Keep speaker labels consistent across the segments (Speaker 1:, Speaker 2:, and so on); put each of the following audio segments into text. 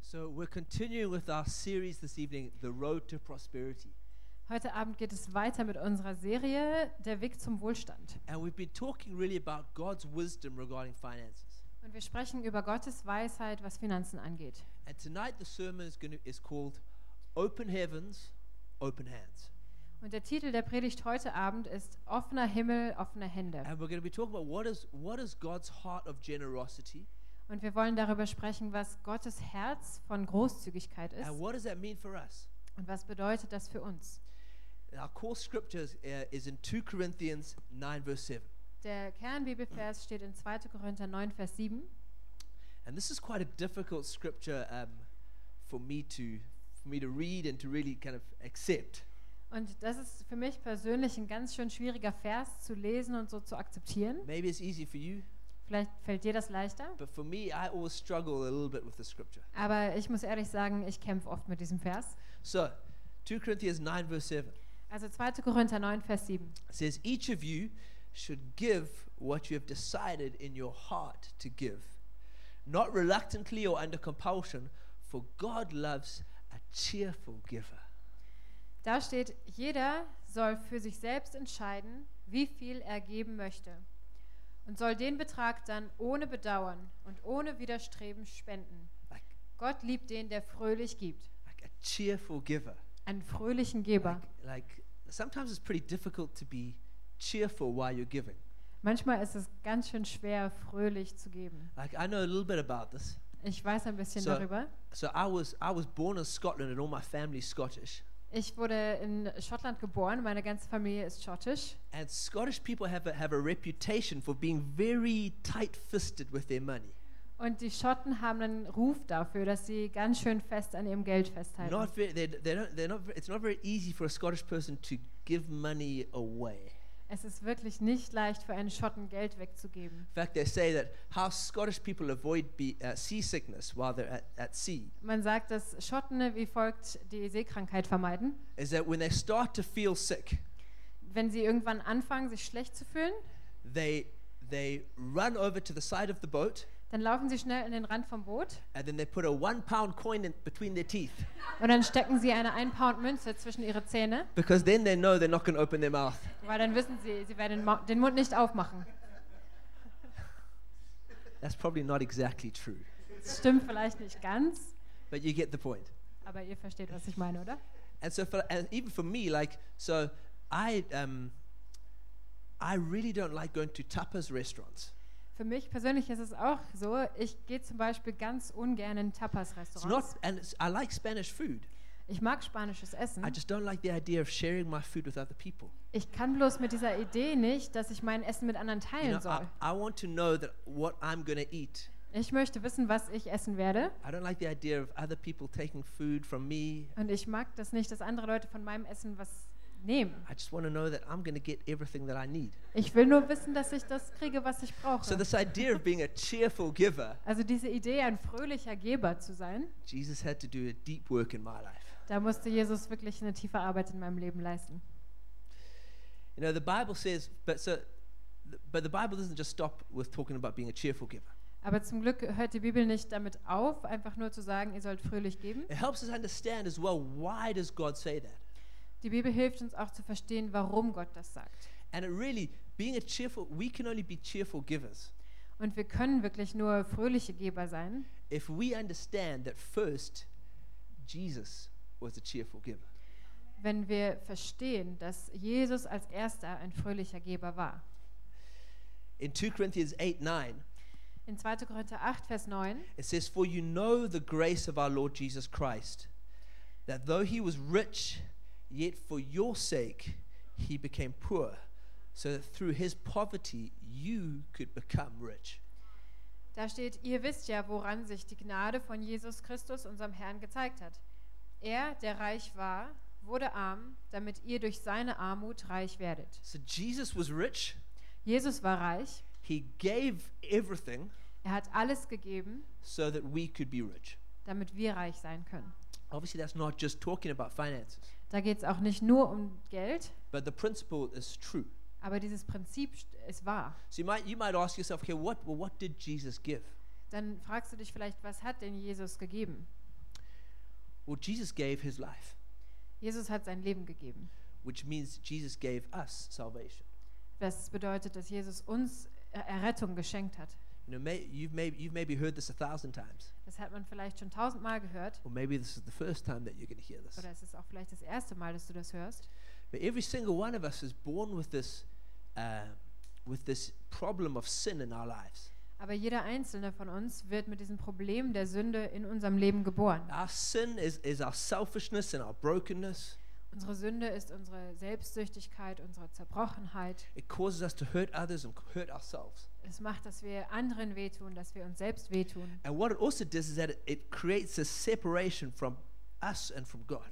Speaker 1: So we're continuing with our series this evening, The Road to Prosperity.
Speaker 2: Heute Abend geht es weiter mit unserer Serie Der Weg zum Wohlstand.
Speaker 1: And we've been talking really about God's wisdom regarding finances.
Speaker 2: Und wir sprechen über Gottes Weisheit, was Finanzen angeht.
Speaker 1: And tonight the sermon is, gonna, is called Open Heavens, Open Hands.
Speaker 2: Und der Titel der Predigt heute Abend ist Offener Himmel, offene Hände.
Speaker 1: And we're going to be talking about what is, what is God's heart of generosity
Speaker 2: Und wir wollen darüber sprechen, was Gottes Herz von Großzügigkeit ist
Speaker 1: and what does that mean for us.
Speaker 2: und was bedeutet das für uns.
Speaker 1: And Our core scripture is, uh, is in 2 Corinthians 9, verse 7.
Speaker 2: Der Kernbibelvers steht in 2. Korinther 9, Vers 7.
Speaker 1: And this is quite a difficult scripture um, for, me to, for me to read and to really kind of accept.
Speaker 2: Und das ist für mich persönlich ein ganz schön schwieriger Vers zu lesen und so zu akzeptieren.
Speaker 1: Maybe it's easy for you,
Speaker 2: Vielleicht fällt dir das leichter.
Speaker 1: But for me, I always struggle a little bit with the scripture.
Speaker 2: Aber ich muss ehrlich sagen, ich kämpfe oft mit diesem Vers.
Speaker 1: So, 2 Corinthians 9, verse 7
Speaker 2: Also 2. Korinther 9, Vers 7.
Speaker 1: says, Each of you should give what you have decided in your heart to give, not reluctantly or under compulsion, for God loves a cheerful giver.
Speaker 2: Da steht, jeder soll für sich selbst entscheiden, wie viel er geben möchte und soll den Betrag dann ohne Bedauern und ohne Widerstreben spenden.
Speaker 1: Like,
Speaker 2: Gott liebt den, der fröhlich gibt,
Speaker 1: like a cheerful giver.
Speaker 2: einen fröhlichen Geber.
Speaker 1: Like, like, sometimes it's pretty difficult to be cheerful while you're giving.
Speaker 2: Manchmal ist es ganz schön schwer, fröhlich zu geben.
Speaker 1: Like, I know a little bit about this.
Speaker 2: Ich weiß ein bisschen
Speaker 1: So-
Speaker 2: darüber.
Speaker 1: So, I was, I was born in Scotland and all my family's Scottish.
Speaker 2: Ich wurde in Schottland geboren, meine ganze Familie ist schottisch.
Speaker 1: And Scottish people have a, have a reputation for being very tight fisted with their money,
Speaker 2: Und die Schotten haben einen Ruf dafür, dass sie ganz schön fest an ihrem Geld festhalten.
Speaker 1: not very, they, they don't, they're not, ve- it's not very easy for a Scottish person to give money away.
Speaker 2: es ist wirklich nicht leicht für einen Schotten Geld wegzugeben.
Speaker 1: In fact, they say that how Scottish people avoid be, uh, seasickness while they're at, at sea
Speaker 2: Man sagt, dass Schotten wie folgt die Seekrankheit vermeiden.
Speaker 1: is that when they start to feel sick,
Speaker 2: Wenn sie irgendwann anfangen, sich schlecht zu fühlen,
Speaker 1: they, they run over to the side of the boat
Speaker 2: dann laufen sie schnell an den Rand vom Boot
Speaker 1: and then they put a one pound coin in between their teeth
Speaker 2: und dann stecken sie eine 1-Pound-Münze zwischen ihre Zähne,
Speaker 1: because then they know they're not going to open their mouth.
Speaker 2: weil dann wissen sie, sie werden den Mau- den Mund nicht aufmachen.
Speaker 1: That's probably not exactly true,
Speaker 2: Das stimmt vielleicht nicht ganz,
Speaker 1: but you get the point.
Speaker 2: aber ihr versteht, was ich meine, oder?
Speaker 1: and so for, and even for me like so i um i really don't like going to tapas restaurants
Speaker 2: Für mich persönlich ist es auch so, ich gehe zum Beispiel ganz ungern in
Speaker 1: it's not
Speaker 2: Tapas-Restaurants.
Speaker 1: and it's, i like spanish food
Speaker 2: Ich mag spanisches Essen.
Speaker 1: i just don't like the idea of sharing my food with other people
Speaker 2: Ich kann bloß mit dieser Idee nicht, dass ich mein Essen mit anderen
Speaker 1: You
Speaker 2: teilen
Speaker 1: know, I,
Speaker 2: soll.
Speaker 1: I want to know that what i'm going to eat
Speaker 2: Ich möchte wissen, was ich essen werde.
Speaker 1: i don't like the idea of other people taking food from me
Speaker 2: Und ich mag das nicht, dass andere Leute von meinem Essen was nehmen.
Speaker 1: i just want to know that i'm going to get everything that i need
Speaker 2: Ich will nur wissen, dass ich das kriege, was ich
Speaker 1: so
Speaker 2: brauche.
Speaker 1: this idea of being a cheerful giver
Speaker 2: Also diese Idee, ein fröhlicher Geber zu sein,
Speaker 1: jesus had to do a deep work in my life
Speaker 2: da musste Jesus wirklich eine tiefe Arbeit in meinem Leben leisten.
Speaker 1: You know, the Bible says, but so, th- but the Bible doesn't just stop with talking about being a cheerful giver.
Speaker 2: Aber zum Glück hört die Bibel nicht damit auf, einfach nur zu sagen, ihr sollt fröhlich geben.
Speaker 1: It helps us understand as well why does God say that,
Speaker 2: Die Bibel hilft uns auch zu verstehen, warum Gott das sagt.
Speaker 1: and it really being a cheerful. We can only be cheerful givers
Speaker 2: Und wir können wirklich nur fröhliche Geber sein,
Speaker 1: if we understand that first, Jesus was a cheerful giver.
Speaker 2: wenn wir verstehen, dass Jesus als erster ein fröhlicher Geber war.
Speaker 1: In 2 Corinthians 8 9,
Speaker 2: In 2. Korinther 8, Vers 9,
Speaker 1: it says, For you know the grace of our Lord Jesus Christ, that though he was rich, yet for your sake he became poor, so that through his poverty you could become rich.
Speaker 2: da steht, ihr wisst ja, woran sich die Gnade von Jesus Christus, unserem Herrn, gezeigt hat. Er, der reich war, wurde arm, damit ihr durch seine Armut reich werdet.
Speaker 1: So Jesus was rich.
Speaker 2: Jesus war reich,
Speaker 1: He gave everything
Speaker 2: er hat alles gegeben,
Speaker 1: so that we could be rich.
Speaker 2: damit wir reich sein können.
Speaker 1: Obviously, that's not just talking about finances,
Speaker 2: Da geht es auch nicht nur um Geld,
Speaker 1: but the principle is true.
Speaker 2: aber dieses Prinzip st- ist wahr.
Speaker 1: So you might, you might ask yourself, okay, what, well, what did Jesus give?
Speaker 2: Dann fragst du dich vielleicht, was hat denn Jesus gegeben?
Speaker 1: Well, Jesus gave his life,
Speaker 2: Jesus hat sein Leben gegeben.
Speaker 1: which means Jesus gave us salvation.
Speaker 2: Das bedeutet, dass Jesus uns äh, Errettung geschenkt hat.
Speaker 1: You know, may, you've, maybe, you've maybe heard this a thousand times,
Speaker 2: Das hat man vielleicht schon tausendmal gehört.
Speaker 1: or maybe this is the first time that you're going to hear this.
Speaker 2: Oder es ist auch vielleicht das erste Mal, dass du das hörst.
Speaker 1: But every single one of us is born with this, uh, with this problem of sin in our lives.
Speaker 2: Aber jeder einzelne von uns wird mit diesem Problem der Sünde in unserem Leben geboren.
Speaker 1: Our sin is, is our selfishness and our brokenness.
Speaker 2: Unsere Sünde ist unsere Selbstsüchtigkeit, unsere Zerbrochenheit.
Speaker 1: It causes us to hurt others and hurt ourselves.
Speaker 2: Es macht, dass wir anderen wehtun, dass wir uns selbst wehtun.
Speaker 1: And what it also does is that it, it creates a separation from us and from God.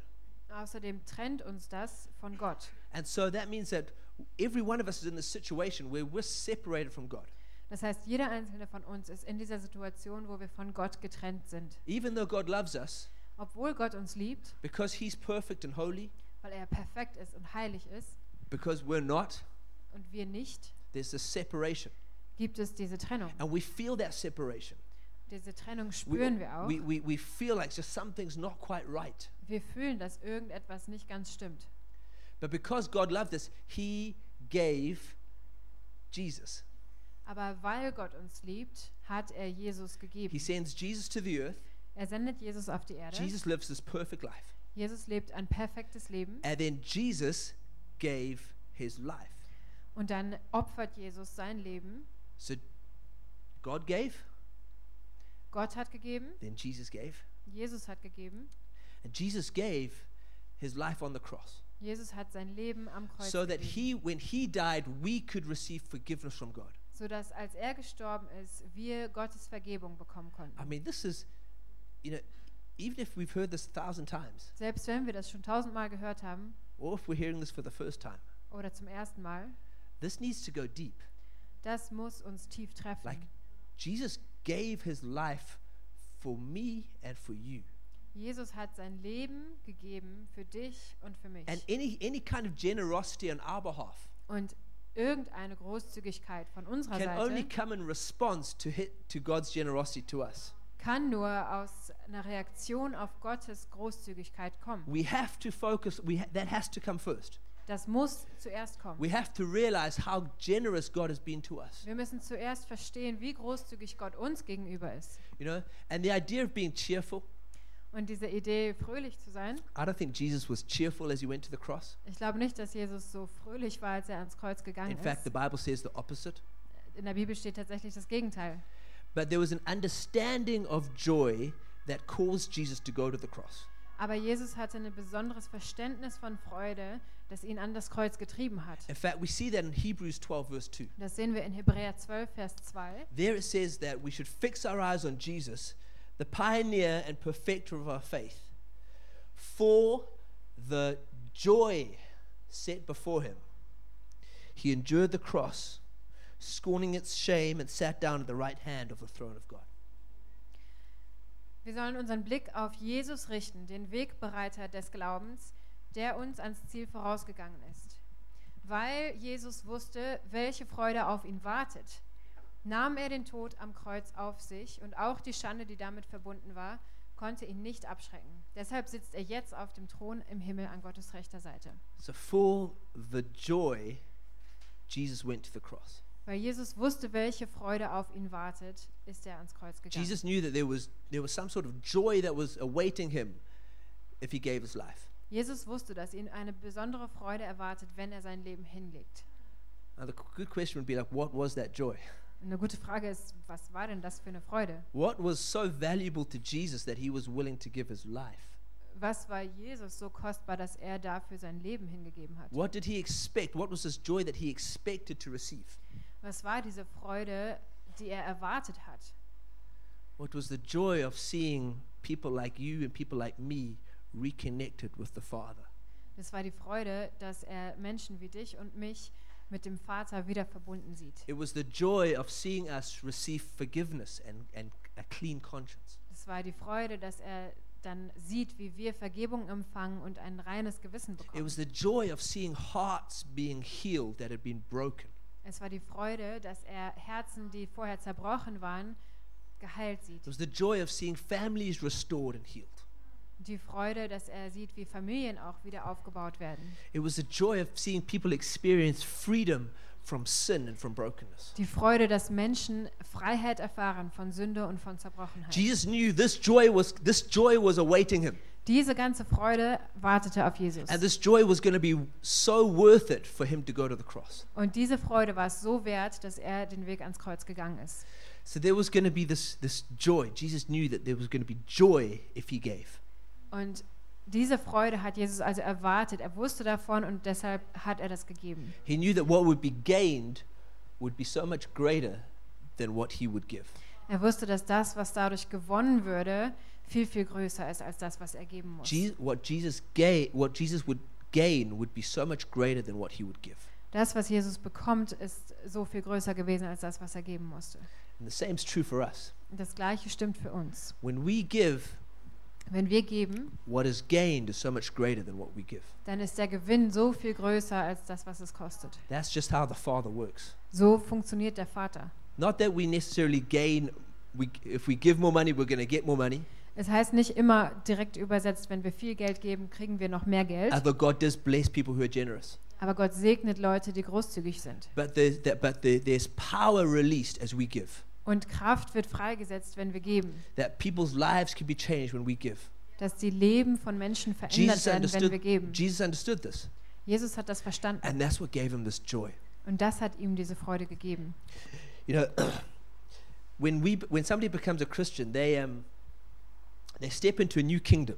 Speaker 2: Außerdem trennt uns das von Gott.
Speaker 1: And so that means that every one of us is in this situation where we're separated from God.
Speaker 2: Das heißt, jeder einzelne von uns ist in dieser Situation, wo wir von Gott getrennt sind.
Speaker 1: Even though God loves us,
Speaker 2: Obwohl Gott uns liebt,
Speaker 1: because He's perfect and holy,
Speaker 2: weil er perfekt ist und heilig ist
Speaker 1: because we're not,
Speaker 2: und wir nicht,
Speaker 1: there's this separation.
Speaker 2: gibt es diese Trennung.
Speaker 1: And we feel that separation.
Speaker 2: Diese Trennung
Speaker 1: We,
Speaker 2: spüren wir auch.
Speaker 1: we, we, we feel like just something's not quite right.
Speaker 2: Wir fühlen, dass irgendetwas nicht ganz stimmt.
Speaker 1: But because God loved us, He gave Jesus.
Speaker 2: Aber weil Gott uns liebt, hat er Jesus
Speaker 1: He
Speaker 2: gegeben.
Speaker 1: sends Jesus to the earth.
Speaker 2: Er sendet Jesus auf die Erde.
Speaker 1: Jesus lives this perfect life.
Speaker 2: Jesus lebt ein perfektes Leben
Speaker 1: And then Jesus gave his life.
Speaker 2: und dann opfert Jesus sein Leben.
Speaker 1: So God gave,
Speaker 2: Gott hat gegeben,
Speaker 1: then Jesus gave.
Speaker 2: Jesus hat gegeben,
Speaker 1: And Jesus gave his life on the cross.
Speaker 2: Jesus hat sein Leben am Kreuz
Speaker 1: So that
Speaker 2: gegeben,
Speaker 1: he when he died, we could receive forgiveness from God.
Speaker 2: sodass als er gestorben ist, wir Gottes Vergebung bekommen
Speaker 1: I
Speaker 2: konnten.
Speaker 1: mean, this is you know, even if we've heard this a thousand times,
Speaker 2: Selbst wenn wir das schon tausendmal gehört haben
Speaker 1: or if we're hearing this for the first time,
Speaker 2: oder zum ersten Mal,
Speaker 1: this needs to go deep.
Speaker 2: das muss uns tief treffen.
Speaker 1: Like Jesus gave his life for me and for you.
Speaker 2: Jesus hat sein Leben gegeben für dich und für mich.
Speaker 1: And any any kind of generosity on our behalf
Speaker 2: Und irgendeine Großzügigkeit von unserer
Speaker 1: can only
Speaker 2: Seite
Speaker 1: come in response to hit to God's generosity to us.
Speaker 2: kann nur aus einer Reaktion auf Gottes Großzügigkeit kommen.
Speaker 1: We have to focus. We ha- that has to come first.
Speaker 2: Das muss zuerst kommen.
Speaker 1: We have to realize how generous God has been to us.
Speaker 2: Wir müssen zuerst verstehen, wie großzügig Gott uns gegenüber ist.
Speaker 1: You know, and the idea of being cheerful.
Speaker 2: Und diese Idee, fröhlich zu sein,
Speaker 1: I don't think Jesus was cheerful as he went to the cross.
Speaker 2: ich glaube nicht, dass Jesus so fröhlich war, als er ans Kreuz
Speaker 1: In
Speaker 2: gegangen
Speaker 1: fact, the
Speaker 2: ist.
Speaker 1: Bible says the opposite.
Speaker 2: In der Bibel steht tatsächlich das Gegenteil.
Speaker 1: But there was an understanding of joy that caused Jesus to go to the cross.
Speaker 2: Aber Jesus hatte ein besonderes Verständnis von Freude, das ihn an das Kreuz getrieben hat.
Speaker 1: In fact, we see that in Hebrews 12, verse 2.
Speaker 2: Das sehen wir in Hebräer 12, Vers 2.
Speaker 1: There it says that we should fix our eyes on Jesus, the pioneer and perfecter of our faith, for the joy set before him. He endured the cross, scorning its shame, and sat down at the right hand of the throne of God.
Speaker 2: Wir sollen unseren Blick auf Jesus richten, den Wegbereiter des Glaubens, der uns ans Ziel vorausgegangen ist. Weil Jesus wusste, welche Freude auf ihn wartet, nahm er den Tod am Kreuz auf sich und auch die Schande, die damit verbunden war, konnte ihn nicht abschrecken. Deshalb sitzt er jetzt auf dem Thron im Himmel an Gottes rechter Seite.
Speaker 1: So, for the joy, Jesus went to the cross.
Speaker 2: Weil Jesus wusste, welche Freude auf ihn wartet, ist er ans Kreuz gegangen.
Speaker 1: Jesus knew that there was, there was some sort of joy that was awaiting him if he gave his life.
Speaker 2: Jesus wusste, dass ihn eine besondere Freude erwartet, wenn er sein Leben hinlegt.
Speaker 1: Now, the good question would be like, what was that joy?
Speaker 2: Eine gute Frage ist, was war denn das für eine Freude?
Speaker 1: What was so valuable to Jesus that he was willing to give his life?
Speaker 2: Was war Jesus so kostbar, dass er dafür sein Leben hingegeben hat?
Speaker 1: What did he expect? What was this joy that he expected to receive?
Speaker 2: Was war diese Freude, die er erwartet hat?
Speaker 1: What was the joy of seeing people like you and people like me reconnected with the Father?
Speaker 2: Das war die Freude, dass er Menschen wie dich und mich mit dem Vater wieder verbunden sieht.
Speaker 1: It was the joy of seeing us receive forgiveness and, and a clean conscience.
Speaker 2: Das war die Freude, dass er dann sieht, wie wir Vergebung empfangen und ein reines Gewissen
Speaker 1: It
Speaker 2: bekommen.
Speaker 1: was the joy of seeing hearts being healed that had been broken.
Speaker 2: Es war die Freude, dass er Herzen, die vorher zerbrochen waren, geheilt sieht.
Speaker 1: It was the joy of seeing families restored and healed.
Speaker 2: die Freude, dass er sieht, wie Familien auch wieder aufgebaut werden.
Speaker 1: It was the joy of seeing people experience freedom from sin and from brokenness.
Speaker 2: Die Freude, dass Menschen Freiheit erfahren von Sünde und von Zerbrochenheit.
Speaker 1: Jesus knew this joy was this joy was awaiting him,
Speaker 2: Diese ganze Freude wartete auf Jesus.
Speaker 1: and this joy was going to be so worth it for him to go to the cross.
Speaker 2: Und diese Freude war es so wert, dass er den Weg ans Kreuz gegangen ist.
Speaker 1: So there was going to be this this joy. Jesus knew that there was going to be joy if he gave.
Speaker 2: Und diese Freude hat Jesus also erwartet. Er wusste davon und deshalb hat er das gegeben.
Speaker 1: He knew that what would be gained would be so much greater than what he would give.
Speaker 2: Er wusste, dass das, was dadurch gewonnen würde, viel, viel größer ist als das, was er geben muss.
Speaker 1: Je- what Jesus gave, what Jesus would gain would be so much greater than what he would give.
Speaker 2: Das, was Jesus bekommt, ist so viel größer gewesen als das, was er geben musste.
Speaker 1: And the same is true for us.
Speaker 2: Und das Gleiche stimmt für uns.
Speaker 1: When we give,
Speaker 2: Wenn wir geben,
Speaker 1: what is gained is so much greater than what we give.
Speaker 2: dann ist der Gewinn so viel größer als das, was es kostet.
Speaker 1: That's just how the Father works.
Speaker 2: So funktioniert der Vater.
Speaker 1: Not that we necessarily gain. We, if we give more money, we're going to get more money.
Speaker 2: Es heißt nicht immer direkt übersetzt, wenn wir viel Geld geben, kriegen wir noch mehr Geld.
Speaker 1: Although God does bless people who are generous,
Speaker 2: Aber Gott segnet Leute, die großzügig sind.
Speaker 1: but there's, that, but there, there's power released as we give.
Speaker 2: Und Kraft wird freigesetzt, wenn wir geben.
Speaker 1: That people's lives can be changed when we give.
Speaker 2: Dass die Leben von Menschen
Speaker 1: Jesus
Speaker 2: verändert werden, wenn wir geben.
Speaker 1: understood. Jesus understood this,
Speaker 2: Jesus hat das verstanden.
Speaker 1: and that's what gave him this joy.
Speaker 2: Und das hat ihm diese Freude gegeben.
Speaker 1: You know, when we when somebody becomes a Christian, they um they step into a new kingdom.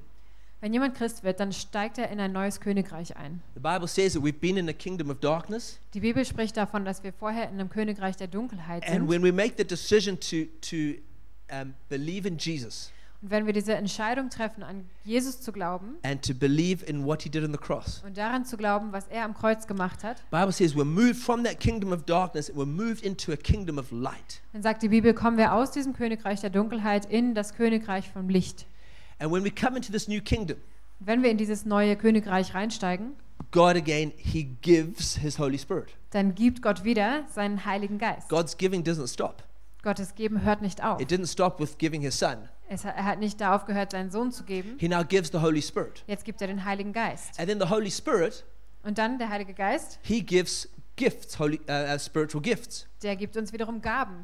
Speaker 2: Wenn jemand Christ wird, dann steigt er in ein neues Königreich ein.
Speaker 1: The Bible says that we've been in a kingdom of darkness,
Speaker 2: Die Bibel spricht davon, dass wir vorher in einem Königreich der Dunkelheit sind.
Speaker 1: and when we make the decision to to um, believe in Jesus
Speaker 2: Und wenn wir diese Entscheidung treffen, an Jesus zu glauben
Speaker 1: and to believe in what He did on the cross,
Speaker 2: und daran zu glauben, was er am Kreuz gemacht hat,
Speaker 1: the Bible says we're moved from that kingdom of darkness and we're moved into a kingdom of light.
Speaker 2: dann sagt die Bibel, kommen wir aus diesem Königreich der Dunkelheit in das Königreich vom Licht.
Speaker 1: And when we come into this new kingdom,
Speaker 2: Wenn wir in dieses neue Königreich reinsteigen,
Speaker 1: God again He gives His Holy Spirit.
Speaker 2: dann gibt Gott wieder seinen Heiligen Geist.
Speaker 1: God's giving doesn't stop.
Speaker 2: Gottes Geben hört nicht auf.
Speaker 1: It didn't stop with giving His Son.
Speaker 2: Es, er hat nicht da aufgehört, seinen Sohn zu geben.
Speaker 1: He now gives the Holy Spirit.
Speaker 2: Jetzt gibt er den Heiligen Geist.
Speaker 1: And then the Holy Spirit,
Speaker 2: Und dann der Heilige Geist,
Speaker 1: He gives gifts, holy, uh, uh, spiritual gifts.
Speaker 2: der gibt uns wiederum Gaben,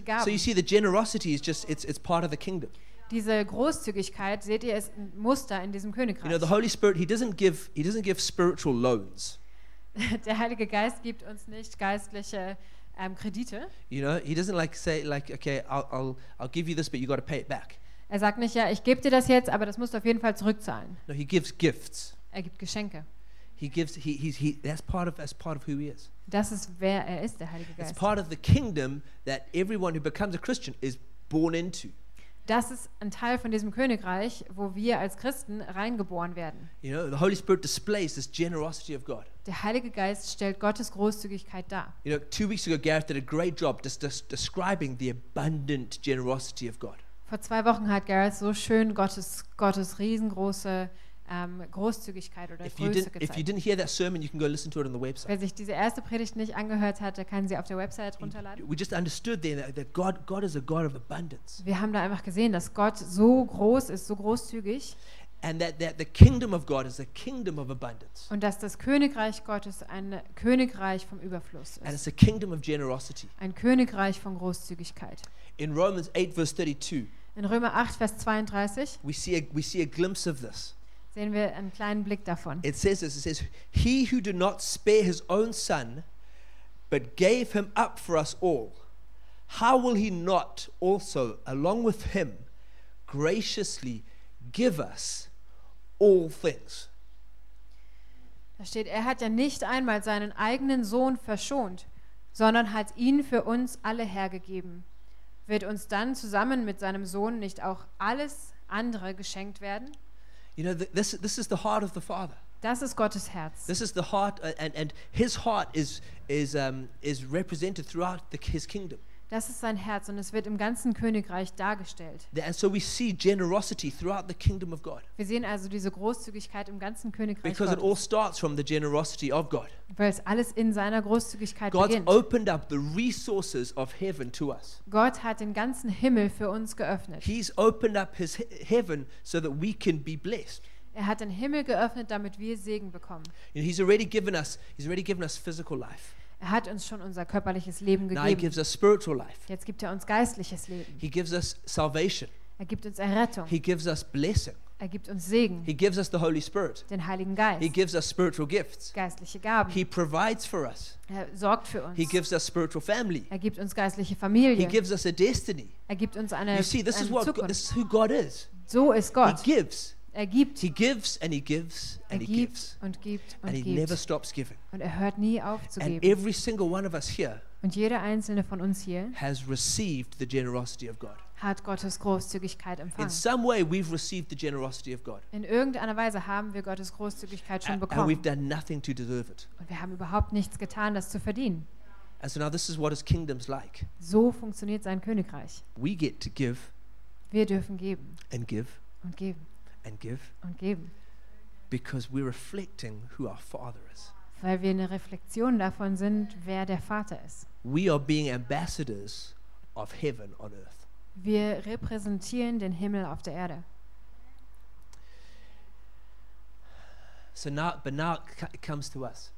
Speaker 1: So you
Speaker 2: Gaben.
Speaker 1: see, the generosity is just, it's, it's part of the kingdom.
Speaker 2: Diese Großzügigkeit, seht ihr, ist ein Muster in diesem
Speaker 1: You know,
Speaker 2: Königreich.
Speaker 1: the Holy Spirit, He doesn't give, He doesn't give spiritual loans.
Speaker 2: Der Heilige Geist gibt uns nicht geistliche ähm, Kredite.
Speaker 1: You know, He doesn't like say, like, okay, I'll, I'll, I'll give you this, but you got to pay it back.
Speaker 2: Er sagt nicht, ja, ich gebe dir das jetzt, aber das musst du auf jeden Fall zurückzahlen.
Speaker 1: No, He gives gifts.
Speaker 2: Er gibt Geschenke.
Speaker 1: He gives, he, he's, he, that's part of, that's part of who He is.
Speaker 2: Das ist, wer er ist, der Heilige
Speaker 1: It's
Speaker 2: Geist.
Speaker 1: part of the kingdom that everyone who becomes a Christian is born into.
Speaker 2: Das ist ein Teil von diesem Königreich, wo wir als Christen reingeboren werden.
Speaker 1: You know, the Holy Spirit displays this generosity of God.
Speaker 2: Der Heilige Geist stellt Gottes Großzügigkeit dar.
Speaker 1: You know, two weeks ago, Gareth did a great job just, just describing the abundant generosity of God.
Speaker 2: Vor zwei Wochen hat Gareth so schön Gottes, Gottes riesengroße ähm, Großzügigkeit oder
Speaker 1: If you,
Speaker 2: Größe
Speaker 1: didn't, if you
Speaker 2: gezeigt.
Speaker 1: didn't hear that sermon, you can go listen to it on the website.
Speaker 2: Wer sich diese erste Predigt nicht angehört hat, der kann sie auf der Website runterladen.
Speaker 1: We just understood there that, that God, God is a God of abundance
Speaker 2: Wir haben da einfach gesehen, dass Gott so groß ist, so großzügig
Speaker 1: and that, that the kingdom of God is a kingdom of abundance
Speaker 2: und dass das Königreich Gottes ein Königreich vom Überfluss
Speaker 1: and
Speaker 2: ist.
Speaker 1: it's a kingdom of generosity.
Speaker 2: Ein Königreich von Großzügigkeit.
Speaker 1: In Romans 8, verse 32,
Speaker 2: In Römer 8, Vers 32
Speaker 1: we see a, we see a glimpse of this.
Speaker 2: sehen wir einen kleinen Blick davon.
Speaker 1: It says this it says, He who did not spare his own son, but gave him up for us all, how will he not also, along with him, graciously give us all things?
Speaker 2: Da steht, er hat ja nicht einmal seinen eigenen Sohn verschont, sondern hat ihn für uns alle hergegeben. Wird uns dann zusammen mit seinem Sohn nicht auch alles andere geschenkt werden?
Speaker 1: You know, th- this, this is the heart of the Father.
Speaker 2: Das ist Gottes Herz.
Speaker 1: This is the heart, uh, and, and his heart is, is, um, is represented throughout the, his kingdom.
Speaker 2: Das ist sein Herz und es wird im ganzen Königreich dargestellt.
Speaker 1: Th- And so we see generosity throughout the kingdom of God
Speaker 2: Wir sehen also diese Großzügigkeit im ganzen Königreich,
Speaker 1: because it all
Speaker 2: Gottes,
Speaker 1: starts from the generosity of God.
Speaker 2: weil es alles in seiner Großzügigkeit
Speaker 1: God's
Speaker 2: beginnt.
Speaker 1: opened up the resources of heaven to us.
Speaker 2: Gott hat den ganzen Himmel für uns geöffnet.
Speaker 1: He's opened up his he- heaven so that we can be blessed.
Speaker 2: Er hat den Himmel geöffnet, damit wir Segen bekommen.
Speaker 1: You know, he's already given us he's already given us physical life.
Speaker 2: Er hat uns schon unser körperliches Leben
Speaker 1: Now he
Speaker 2: gegeben.
Speaker 1: gives us spiritual life.
Speaker 2: Jetzt gibt er uns geistliches Leben.
Speaker 1: He gives us salvation.
Speaker 2: Er gibt uns Errettung.
Speaker 1: He gives us blessing.
Speaker 2: Er gibt uns Segen,
Speaker 1: He gives us the Holy Spirit.
Speaker 2: den Heiligen
Speaker 1: He
Speaker 2: Geist,
Speaker 1: gives us spiritual gifts.
Speaker 2: geistliche Gaben.
Speaker 1: He provides for us.
Speaker 2: Er sorgt für
Speaker 1: He
Speaker 2: uns.
Speaker 1: gives us spiritual family.
Speaker 2: Er gibt uns geistliche
Speaker 1: He
Speaker 2: Familie.
Speaker 1: gives us a destiny.
Speaker 2: Er gibt uns eine,
Speaker 1: You
Speaker 2: eine
Speaker 1: see, this is what God,
Speaker 2: Zukunft.
Speaker 1: this is who God is.
Speaker 2: So ist
Speaker 1: He
Speaker 2: Gott.
Speaker 1: gives.
Speaker 2: Er gibt,
Speaker 1: He gives and he gives
Speaker 2: er
Speaker 1: and he gives
Speaker 2: gibt und gibt
Speaker 1: and
Speaker 2: und
Speaker 1: he never
Speaker 2: gibt.
Speaker 1: stops giving.
Speaker 2: Und er hört nie auf zu
Speaker 1: And
Speaker 2: geben.
Speaker 1: every single one of us here
Speaker 2: Und jeder einzelne von uns hier
Speaker 1: has received the generosity of God.
Speaker 2: hat Gottes Großzügigkeit
Speaker 1: In
Speaker 2: empfangen.
Speaker 1: some way, we've received the generosity of God.
Speaker 2: In irgendeiner Weise haben wir Gottes Großzügigkeit schon
Speaker 1: A- And we've
Speaker 2: bekommen.
Speaker 1: done nothing to deserve it.
Speaker 2: Und wir haben überhaupt nichts getan, das zu verdienen.
Speaker 1: And so now, this is what his kingdom's like.
Speaker 2: So funktioniert sein Königreich.
Speaker 1: We get to give
Speaker 2: Wir dürfen geben
Speaker 1: and give
Speaker 2: und geben
Speaker 1: and give
Speaker 2: und geben,
Speaker 1: because we're reflecting who our Father is.
Speaker 2: weil wir eine Reflexion davon sind, wer der Vater ist.
Speaker 1: We are being ambassadors of heaven on earth.
Speaker 2: Wir repräsentieren den Himmel auf der Erde.
Speaker 1: So now, but now it co- it comes to us.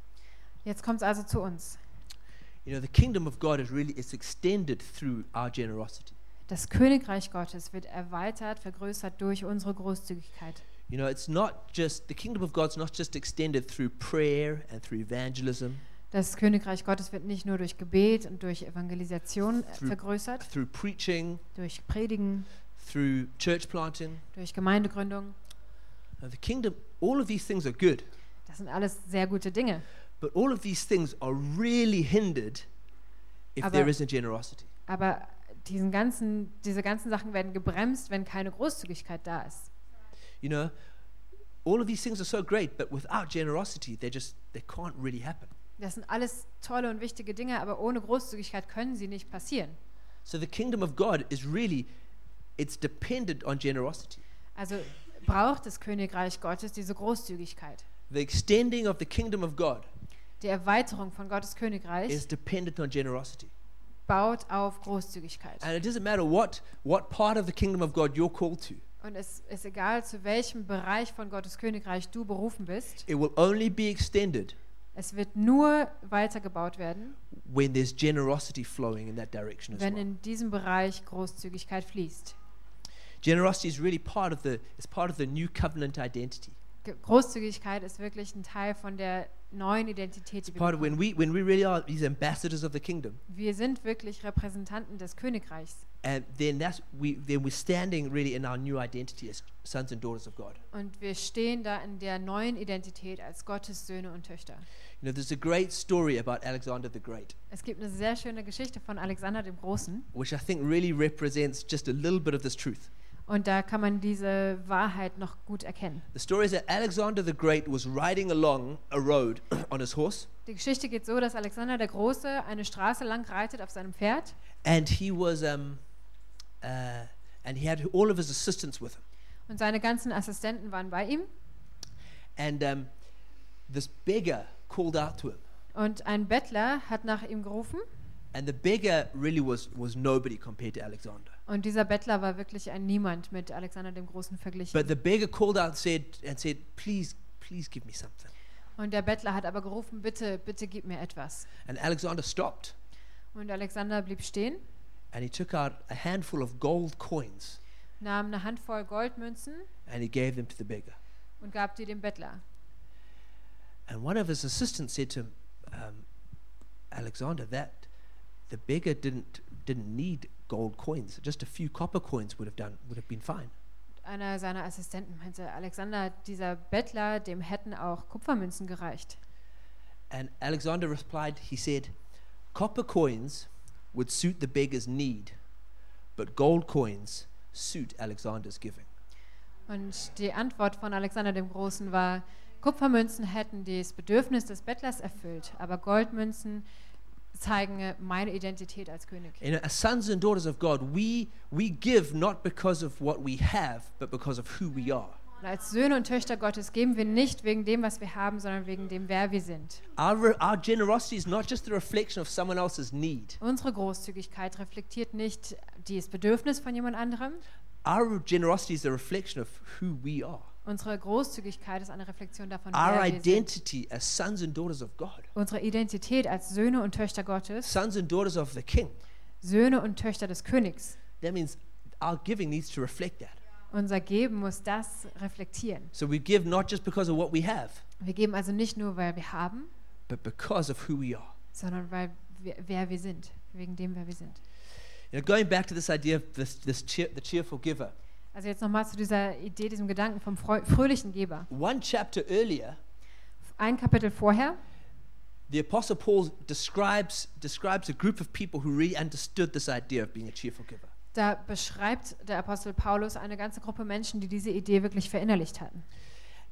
Speaker 2: Jetzt kommt es also zu uns.
Speaker 1: You know, the kingdom of God is really it's extended through our generosity.
Speaker 2: Das Königreich Gottes wird erweitert, vergrößert durch unsere Großzügigkeit.
Speaker 1: You know, it's not just the kingdom of God's not just extended through prayer and through evangelism,
Speaker 2: Das Königreich Gottes wird nicht nur durch Gebet und durch Evangelisation äh,
Speaker 1: Through-
Speaker 2: vergrößert,
Speaker 1: through preaching,
Speaker 2: durch Predigen,
Speaker 1: through church planting.
Speaker 2: durch Gemeindegründung.
Speaker 1: Now, the kingdom, all of these things are good,
Speaker 2: Das sind alles sehr gute Dinge.
Speaker 1: but all of these things are really hindered if
Speaker 2: Aber-
Speaker 1: there isn't generosity.
Speaker 2: Aber diesen ganzen, diese ganzen Sachen werden gebremst, wenn keine Großzügigkeit da ist.
Speaker 1: You know, all of these things are so great, but without generosity, they just they can't really happen.
Speaker 2: Das sind alles tolle und wichtige Dinge, aber ohne Großzügigkeit können sie nicht passieren.
Speaker 1: So the kingdom of God is really it's dependent on generosity.
Speaker 2: Also braucht das Königreich Gottes diese Großzügigkeit.
Speaker 1: The extending of the kingdom of God
Speaker 2: Die Erweiterung von Gottes
Speaker 1: is
Speaker 2: Königreich
Speaker 1: dependent on generosity.
Speaker 2: baut auf Großzügigkeit.
Speaker 1: And it doesn't matter what what part of the kingdom of God you're called to.
Speaker 2: Und es ist egal, zu welchem Bereich von Gottes Königreich du berufen bist,
Speaker 1: It will only be extended
Speaker 2: es wird nur weitergebaut werden,
Speaker 1: when there's generosity flowing in that direction as
Speaker 2: wenn
Speaker 1: well.
Speaker 2: in diesem Bereich Großzügigkeit fließt.
Speaker 1: Generosity is really part of the it's part of the new covenant identity.
Speaker 2: Ge- Großzügigkeit ist wirklich ein Teil von der neuen Identität, die wir
Speaker 1: Part of when
Speaker 2: bekommen.
Speaker 1: we when we really are these ambassadors of the kingdom,
Speaker 2: Wir sind wirklich Repräsentanten des Königreichs.
Speaker 1: and then that's we then we're standing really in our new identity as sons and daughters of God.
Speaker 2: Und wir stehen da in der neuen Identität als Gottes Söhne und Töchter.
Speaker 1: You know, there's a great story about Alexander the Great,
Speaker 2: Es gibt eine sehr schöne Geschichte von Alexander dem Großen.
Speaker 1: which I think really represents just a little bit of this truth.
Speaker 2: Und da kann man diese Wahrheit noch gut erkennen.
Speaker 1: The story is that Alexander the Great was riding along a road on his horse,
Speaker 2: Die Geschichte geht so, dass Alexander der Große eine Straße lang reitet auf seinem Pferd
Speaker 1: and he was um, uh, and he had all of his assistants with him,
Speaker 2: und seine ganzen Assistenten waren bei ihm.
Speaker 1: and um, this beggar called out to him,
Speaker 2: Und ein Bettler hat nach ihm gerufen
Speaker 1: and the beggar really was was nobody compared to Alexander.
Speaker 2: und dieser Bettler war wirklich ein Niemand mit Alexander dem Großen verglichen.
Speaker 1: But the beggar called out said and said, "Please, please give me something."
Speaker 2: Und der Bettler hat aber gerufen, bitte, bitte gib mir etwas.
Speaker 1: And Alexander stopped
Speaker 2: Und Alexander blieb stehen,
Speaker 1: and he took out a handful of gold coins
Speaker 2: nahm eine Handvoll Goldmünzen
Speaker 1: and he gave them to the beggar.
Speaker 2: und gab die dem Bettler.
Speaker 1: And one of his assistants said to him, um, "Alexander, that the beggar didn't didn't need gold coins. Just a few copper coins would have done would have been fine."
Speaker 2: Einer seiner Assistenten meinte, Alexander, dieser Bettler, dem hätten auch Kupfermünzen gereicht.
Speaker 1: And Alexander replied, he said, "Copper coins would suit the beggar's need, but gold coins suit Alexander's giving."
Speaker 2: Und die Antwort von Alexander dem Großen war, Kupfermünzen hätten das Bedürfnis des Bettlers erfüllt, aber Goldmünzen zeigen meine Identität als König.
Speaker 1: You know, as sons and daughters of God, we, we give not because of what we have, but because of who we are.
Speaker 2: Und als Söhne und Töchter Gottes geben wir nicht wegen dem, was wir haben, sondern wegen dem, wer wir sind.
Speaker 1: Our, re- our generosity is not just the reflection of someone else's need.
Speaker 2: Unsere Großzügigkeit reflektiert nicht das Bedürfnis von jemand anderem.
Speaker 1: Our generosity is the reflection of who we are.
Speaker 2: Unsere Großzügigkeit ist eine Reflexion davon,
Speaker 1: Our
Speaker 2: wer wir sind.
Speaker 1: identity as sons and daughters of God,
Speaker 2: Unsere Identität als Söhne und Töchter Gottes,
Speaker 1: sons and daughters of the King.
Speaker 2: Söhne und Töchter des Königs.
Speaker 1: That means our giving needs to reflect that.
Speaker 2: Unser Geben muss das reflektieren.
Speaker 1: So we give not just because of what we have,
Speaker 2: Wir geben also nicht nur, weil wir haben,
Speaker 1: but because of who we are.
Speaker 2: sondern weil wir, wer wir sind, wegen dem, wer wir sind.
Speaker 1: You know, going back to this idea of this, this cheer, the cheerful giver,
Speaker 2: Also jetzt nochmal zu dieser Idee, diesem Gedanken vom freu fröhlichen Geber.
Speaker 1: one chapter earlier,
Speaker 2: Ein Kapitel vorher
Speaker 1: the Apostle Paul describes, describes a group of people who really understood this idea of being a cheerful giver.
Speaker 2: Da beschreibt der Apostel Paulus eine ganze Gruppe Menschen, die diese Idee wirklich verinnerlicht hatten.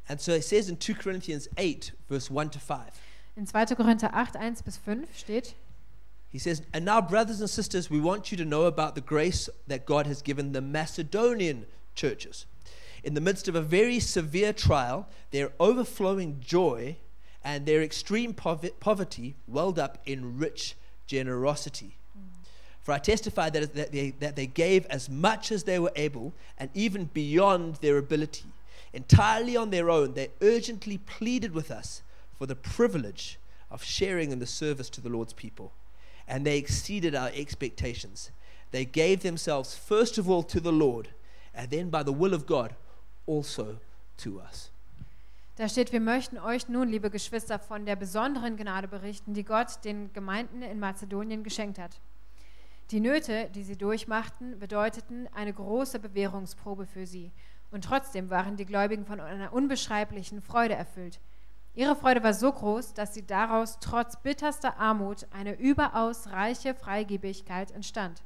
Speaker 1: And so it says in 2 Corinthians 8, verse 1 to 5,
Speaker 2: In 2. Korinther 8, 1 bis 5 steht,
Speaker 1: he says, And now, brothers and sisters, we want you to know about the grace that God has given the Macedonian churches. In the midst of a very severe trial, their overflowing joy and their extreme pov- poverty welled up in rich generosity. For I testify that, that, they, that they gave as much as they were able and even beyond their ability. Entirely on their own, they urgently pleaded with us for the privilege of sharing in the service to the Lord's people. And they exceeded our expectations. They gave themselves first of all to the Lord, and then by the will of God also to us.
Speaker 2: da steht, wir möchten euch nun, liebe Geschwister, von der besonderen Gnade berichten, die Gott den Gemeinden in Mazedonien geschenkt hat. Die Nöte, die sie durchmachten, bedeuteten eine große Bewährungsprobe für sie. Und trotzdem waren die Gläubigen von einer unbeschreiblichen Freude erfüllt. Ihre Freude war so groß, dass sie daraus trotz bitterster Armut eine überaus reiche Freigebigkeit entstand.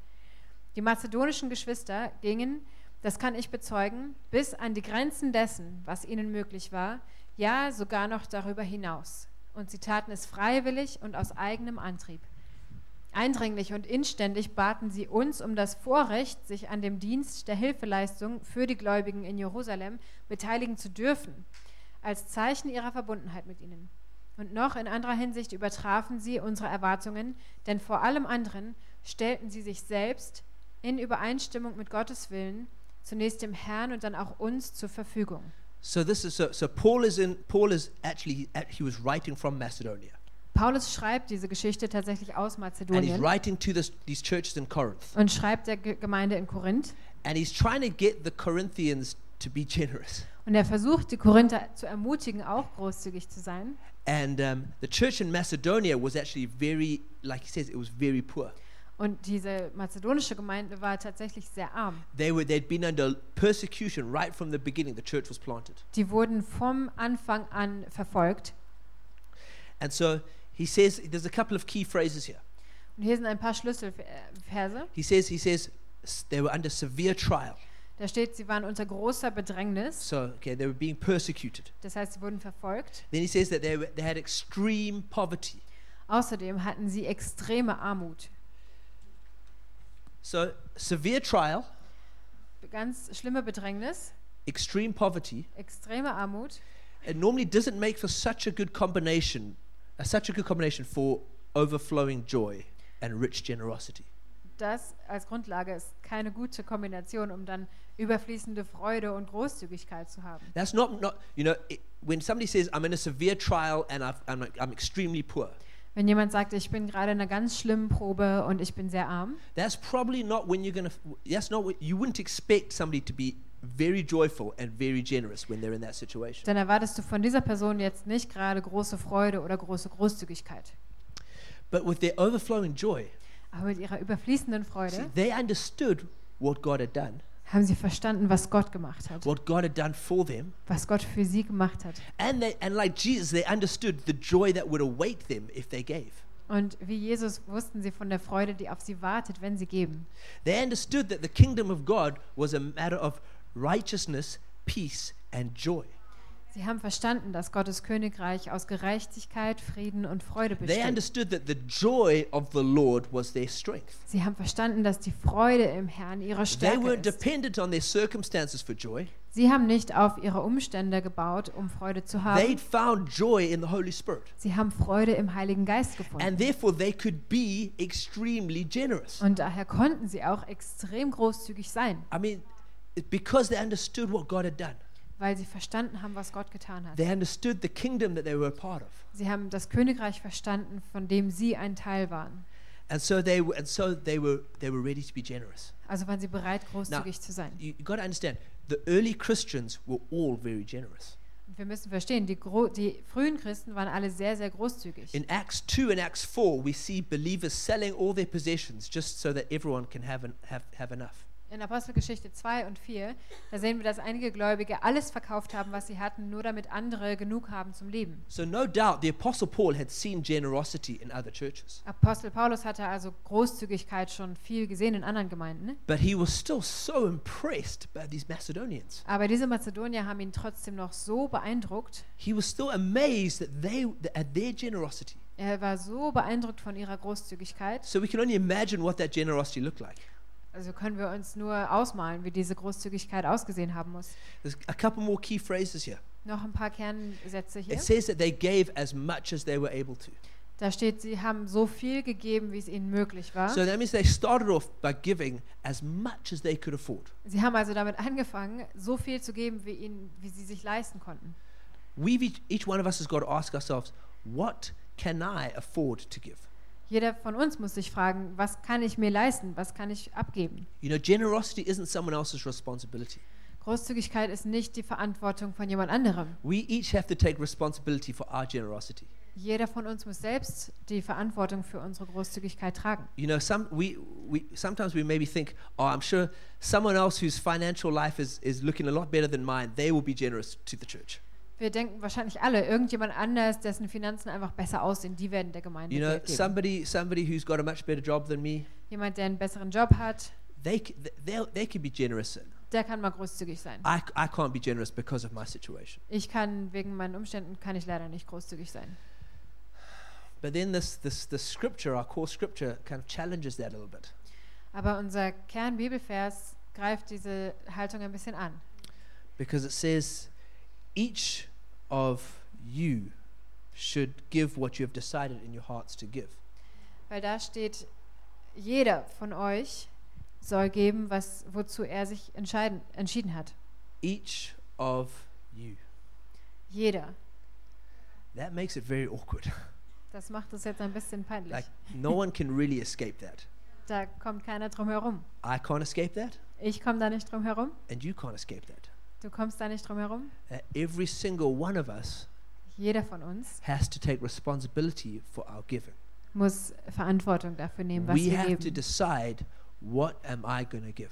Speaker 2: Die mazedonischen Geschwister gingen, das kann ich bezeugen, bis an die Grenzen dessen, was ihnen möglich war, ja sogar noch darüber hinaus. Und sie taten es freiwillig und aus eigenem Antrieb. Eindringlich und inständig baten sie uns um das Vorrecht, sich an dem Dienst der Hilfeleistung für die Gläubigen in Jerusalem beteiligen zu dürfen, als Zeichen ihrer Verbundenheit mit ihnen. Und noch in anderer Hinsicht übertrafen sie unsere Erwartungen, denn vor allem anderen stellten sie sich selbst in Übereinstimmung mit Gottes Willen zunächst dem Herrn und dann auch uns zur Verfügung.
Speaker 1: So this is so, so Paul is in Paul is actually he was writing from Macedonia.
Speaker 2: Paulus schreibt diese Geschichte tatsächlich aus
Speaker 1: And he's
Speaker 2: Mazedonien
Speaker 1: writing to this, these churches in Corinth.
Speaker 2: und schreibt der Ge- Gemeinde in Korinth.
Speaker 1: And he's trying to get the Corinthians to be generous.
Speaker 2: Und er versucht, die Korinther zu ermutigen, auch großzügig zu sein.
Speaker 1: And um, the church in Macedonia was actually very, like he says, it was very poor.
Speaker 2: Und diese mazedonische Gemeinde war tatsächlich sehr arm.
Speaker 1: They were, they'd been under persecution right from the beginning. The church was planted.
Speaker 2: Die wurden vom Anfang an verfolgt.
Speaker 1: And so he says, there's a couple of key phrases here.
Speaker 2: Und hier sind ein paar Schlüsselverse.
Speaker 1: He says, he says, s- they were under severe trial.
Speaker 2: Da steht, sie waren unter großer Bedrängnis.
Speaker 1: So, okay, they were being persecuted.
Speaker 2: Das heißt, sie wurden verfolgt.
Speaker 1: Then he says that they, were, they had extreme poverty.
Speaker 2: Außerdem hatten sie extreme Armut.
Speaker 1: So, severe trial,
Speaker 2: Ganz schlimme Bedrängnis,
Speaker 1: extreme poverty,
Speaker 2: extreme Armut.
Speaker 1: it normally doesn't make for such a good combination, uh, such a good combination for overflowing joy and rich generosity.
Speaker 2: Das als Grundlage ist keine gute Kombination, um dann überfließende Freude und Großzügigkeit zu haben.
Speaker 1: That's not, not you know, it, when somebody says, I'm in a severe trial and I've, I'm, like, I'm extremely poor,
Speaker 2: Wenn jemand sagt, ich bin gerade in einer ganz schlimmen Probe und ich bin sehr arm,
Speaker 1: that's probably not when you're going to, that's not what, you wouldn't expect somebody to be very joyful and very generous when they're in that situation.
Speaker 2: dann erwartest du von dieser Person jetzt nicht gerade große Freude oder große Großzügigkeit.
Speaker 1: But with their overflowing joy,
Speaker 2: Aber mit ihrer überfließenden
Speaker 1: see,
Speaker 2: Freude
Speaker 1: they understood what God had done,
Speaker 2: haben sie verstanden, was Gott gemacht hat,
Speaker 1: what God had done for them.
Speaker 2: was Gott für sie gemacht hat.
Speaker 1: And, they, and like Jesus, they understood the joy that would await them if they gave.
Speaker 2: Und wie Jesus wussten sie von der Freude, die auf sie wartet, wenn sie geben.
Speaker 1: They understood that the kingdom of God was a matter of righteousness, peace, and joy.
Speaker 2: Sie haben verstanden, dass Gottes Königreich aus Gerechtigkeit, Frieden und Freude
Speaker 1: They
Speaker 2: besteht.
Speaker 1: understood that the joy of the Lord was their strength.
Speaker 2: Sie haben verstanden, dass die Freude im Herrn ihre
Speaker 1: They
Speaker 2: Stärke
Speaker 1: weren't
Speaker 2: ist.
Speaker 1: dependent on their circumstances for joy.
Speaker 2: Sie haben nicht auf ihre Umstände gebaut, um Freude zu
Speaker 1: They
Speaker 2: haben.
Speaker 1: found joy in the Holy Spirit.
Speaker 2: Sie haben Freude im Heiligen Geist
Speaker 1: And
Speaker 2: gefunden.
Speaker 1: therefore, they could be extremely generous.
Speaker 2: Und daher konnten sie auch extrem großzügig sein,
Speaker 1: I mean, it- because they understood what God had done,
Speaker 2: weil sie verstanden haben, was Gott getan hat.
Speaker 1: they understood the kingdom that they were a part of.
Speaker 2: Sie haben das Königreich verstanden, von dem sie ein Teil waren.
Speaker 1: And so they were, and so they were, they were ready to be generous.
Speaker 2: Also waren sie bereit, großzügig zu sein.
Speaker 1: You, you got to understand, the early Christians were all very generous.
Speaker 2: Und wir müssen verstehen, die, Gro die frühen Christen waren alle sehr, sehr großzügig.
Speaker 1: In Acts 2 and Acts 4, we see believers selling all their possessions just so that everyone can have, an, have, have enough.
Speaker 2: In Apostelgeschichte 2 und 4, da sehen wir, dass einige Gläubige alles verkauft haben, was sie hatten, nur damit andere genug haben zum Leben.
Speaker 1: So, no doubt, the Apostle Paul had seen generosity in other churches,
Speaker 2: Apostel Paulus hatte also Großzügigkeit schon viel gesehen in anderen Gemeinden. ne?
Speaker 1: but he was still so impressed by these Macedonians.
Speaker 2: Aber diese Mazedonier haben ihn trotzdem noch so beeindruckt.
Speaker 1: He was still amazed that they, at their generosity.
Speaker 2: Er war so beeindruckt von ihrer Großzügigkeit.
Speaker 1: So, we can only imagine what that generosity looked like.
Speaker 2: Also können wir uns nur ausmalen, wie diese Großzügigkeit ausgesehen haben muss.
Speaker 1: There's a couple more key phrases here.
Speaker 2: Noch ein paar Kernsätze hier.
Speaker 1: It says that they gave as much as they were able to.
Speaker 2: Da steht, sie haben so viel gegeben, wie es ihnen möglich war.
Speaker 1: So that means they started off by giving as much as they could afford.
Speaker 2: Sie haben also damit angefangen, so viel zu geben, wie, ihnen, wie sie sich leisten konnten.
Speaker 1: We've each, each one of us has got to ask ourselves, what can I afford to give?
Speaker 2: Jeder von uns muss sich fragen, was kann ich mir leisten, was kann ich abgeben.
Speaker 1: You know, generosity isn't someone else's responsibility.
Speaker 2: Großzügigkeit ist nicht die Verantwortung von jemand anderem.
Speaker 1: We each have to take responsibility for our generosity.
Speaker 2: Jeder von uns muss selbst die Verantwortung für unsere Großzügigkeit tragen.
Speaker 1: You know, some we, we sometimes we maybe think, oh, I'm sure someone else whose financial life is, is looking a lot better than mine, they will be generous to the church.
Speaker 2: Wir denken wahrscheinlich alle, irgendjemand anders, dessen Finanzen einfach besser aussehen, die werden der Gemeinde
Speaker 1: You know,
Speaker 2: Geld geben.
Speaker 1: somebody somebody who's got a much better job than me,
Speaker 2: Jemand, der einen besseren Job hat,
Speaker 1: they c- they they could be generous.
Speaker 2: der kann mal großzügig sein.
Speaker 1: I, c- I can't be generous because of my situation.
Speaker 2: Ich kann wegen meinen Umständen kann ich leider nicht großzügig sein.
Speaker 1: But then this this this scripture, our core scripture, kind of challenges that a little bit.
Speaker 2: Aber unser Kernbibelvers greift diese Haltung ein bisschen an.
Speaker 1: because it says each of you should give what you have decided in your hearts to give.
Speaker 2: Weil da steht, jeder von euch soll geben, was, wozu er sich entscheiden, entschieden hat.
Speaker 1: Each of you.
Speaker 2: Jeder.
Speaker 1: That makes it very awkward.
Speaker 2: Das macht es jetzt ein bisschen peinlich.
Speaker 1: like no one can really escape that.
Speaker 2: da kommt keiner drum herum.
Speaker 1: I can't escape that
Speaker 2: Ich komme da nicht drum herum.
Speaker 1: and you can't escape that.
Speaker 2: Du kommst da nicht drum herum.
Speaker 1: Uh, every single one of us
Speaker 2: Jeder von uns
Speaker 1: has to take responsibility for our giving.
Speaker 2: muss Verantwortung dafür nehmen, was
Speaker 1: we
Speaker 2: wir
Speaker 1: have to
Speaker 2: geben.
Speaker 1: decide what am I going to give.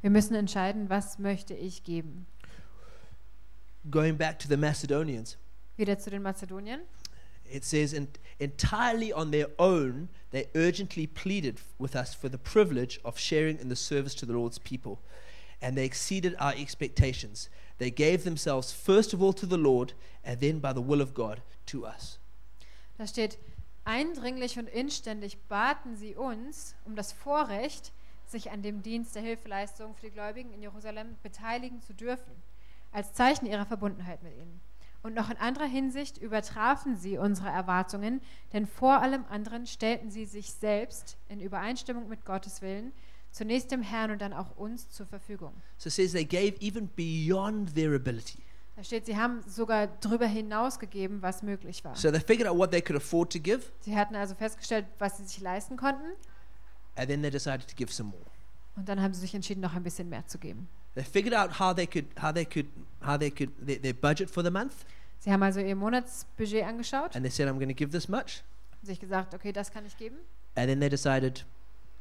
Speaker 2: Wir müssen entscheiden, was möchte ich geben.
Speaker 1: Going back to the Macedonians,
Speaker 2: Wieder zu den Mazedoniern.
Speaker 1: It says, "En- entirely on their own, they urgently pleaded f- with us for the privilege of sharing in the service to the Lord's people. And they exceeded our expectations. They gave themselves first of all to the Lord, and then by the will of God to us.
Speaker 2: Da steht, eindringlich und inständig baten sie uns um das Vorrecht, sich an dem Dienst der Hilfeleistung für die Gläubigen in Jerusalem beteiligen zu dürfen, als Zeichen ihrer Verbundenheit mit ihnen. Und noch in anderer Hinsicht übertrafen sie unsere Erwartungen, denn vor allem anderen stellten sie sich selbst in Übereinstimmung mit Gottes Willen zunächst dem Herrn und dann auch uns zur Verfügung.
Speaker 1: So it says they gave even beyond their ability.
Speaker 2: Da steht, sie haben sogar darüber hinaus gegeben, was möglich war.
Speaker 1: So they figured out what they could afford to give,
Speaker 2: Sie hatten also festgestellt, was sie sich leisten konnten
Speaker 1: and then they decided to give some more.
Speaker 2: Und dann haben sie sich entschieden, noch ein bisschen mehr zu geben.
Speaker 1: They figured out how they could, how they could, how they could, their, their budget for the month,
Speaker 2: Sie haben also ihr Monatsbudget angeschaut
Speaker 1: and they said, I'm going to give this much.
Speaker 2: und sich gesagt, okay, das kann ich geben.
Speaker 1: And then they decided,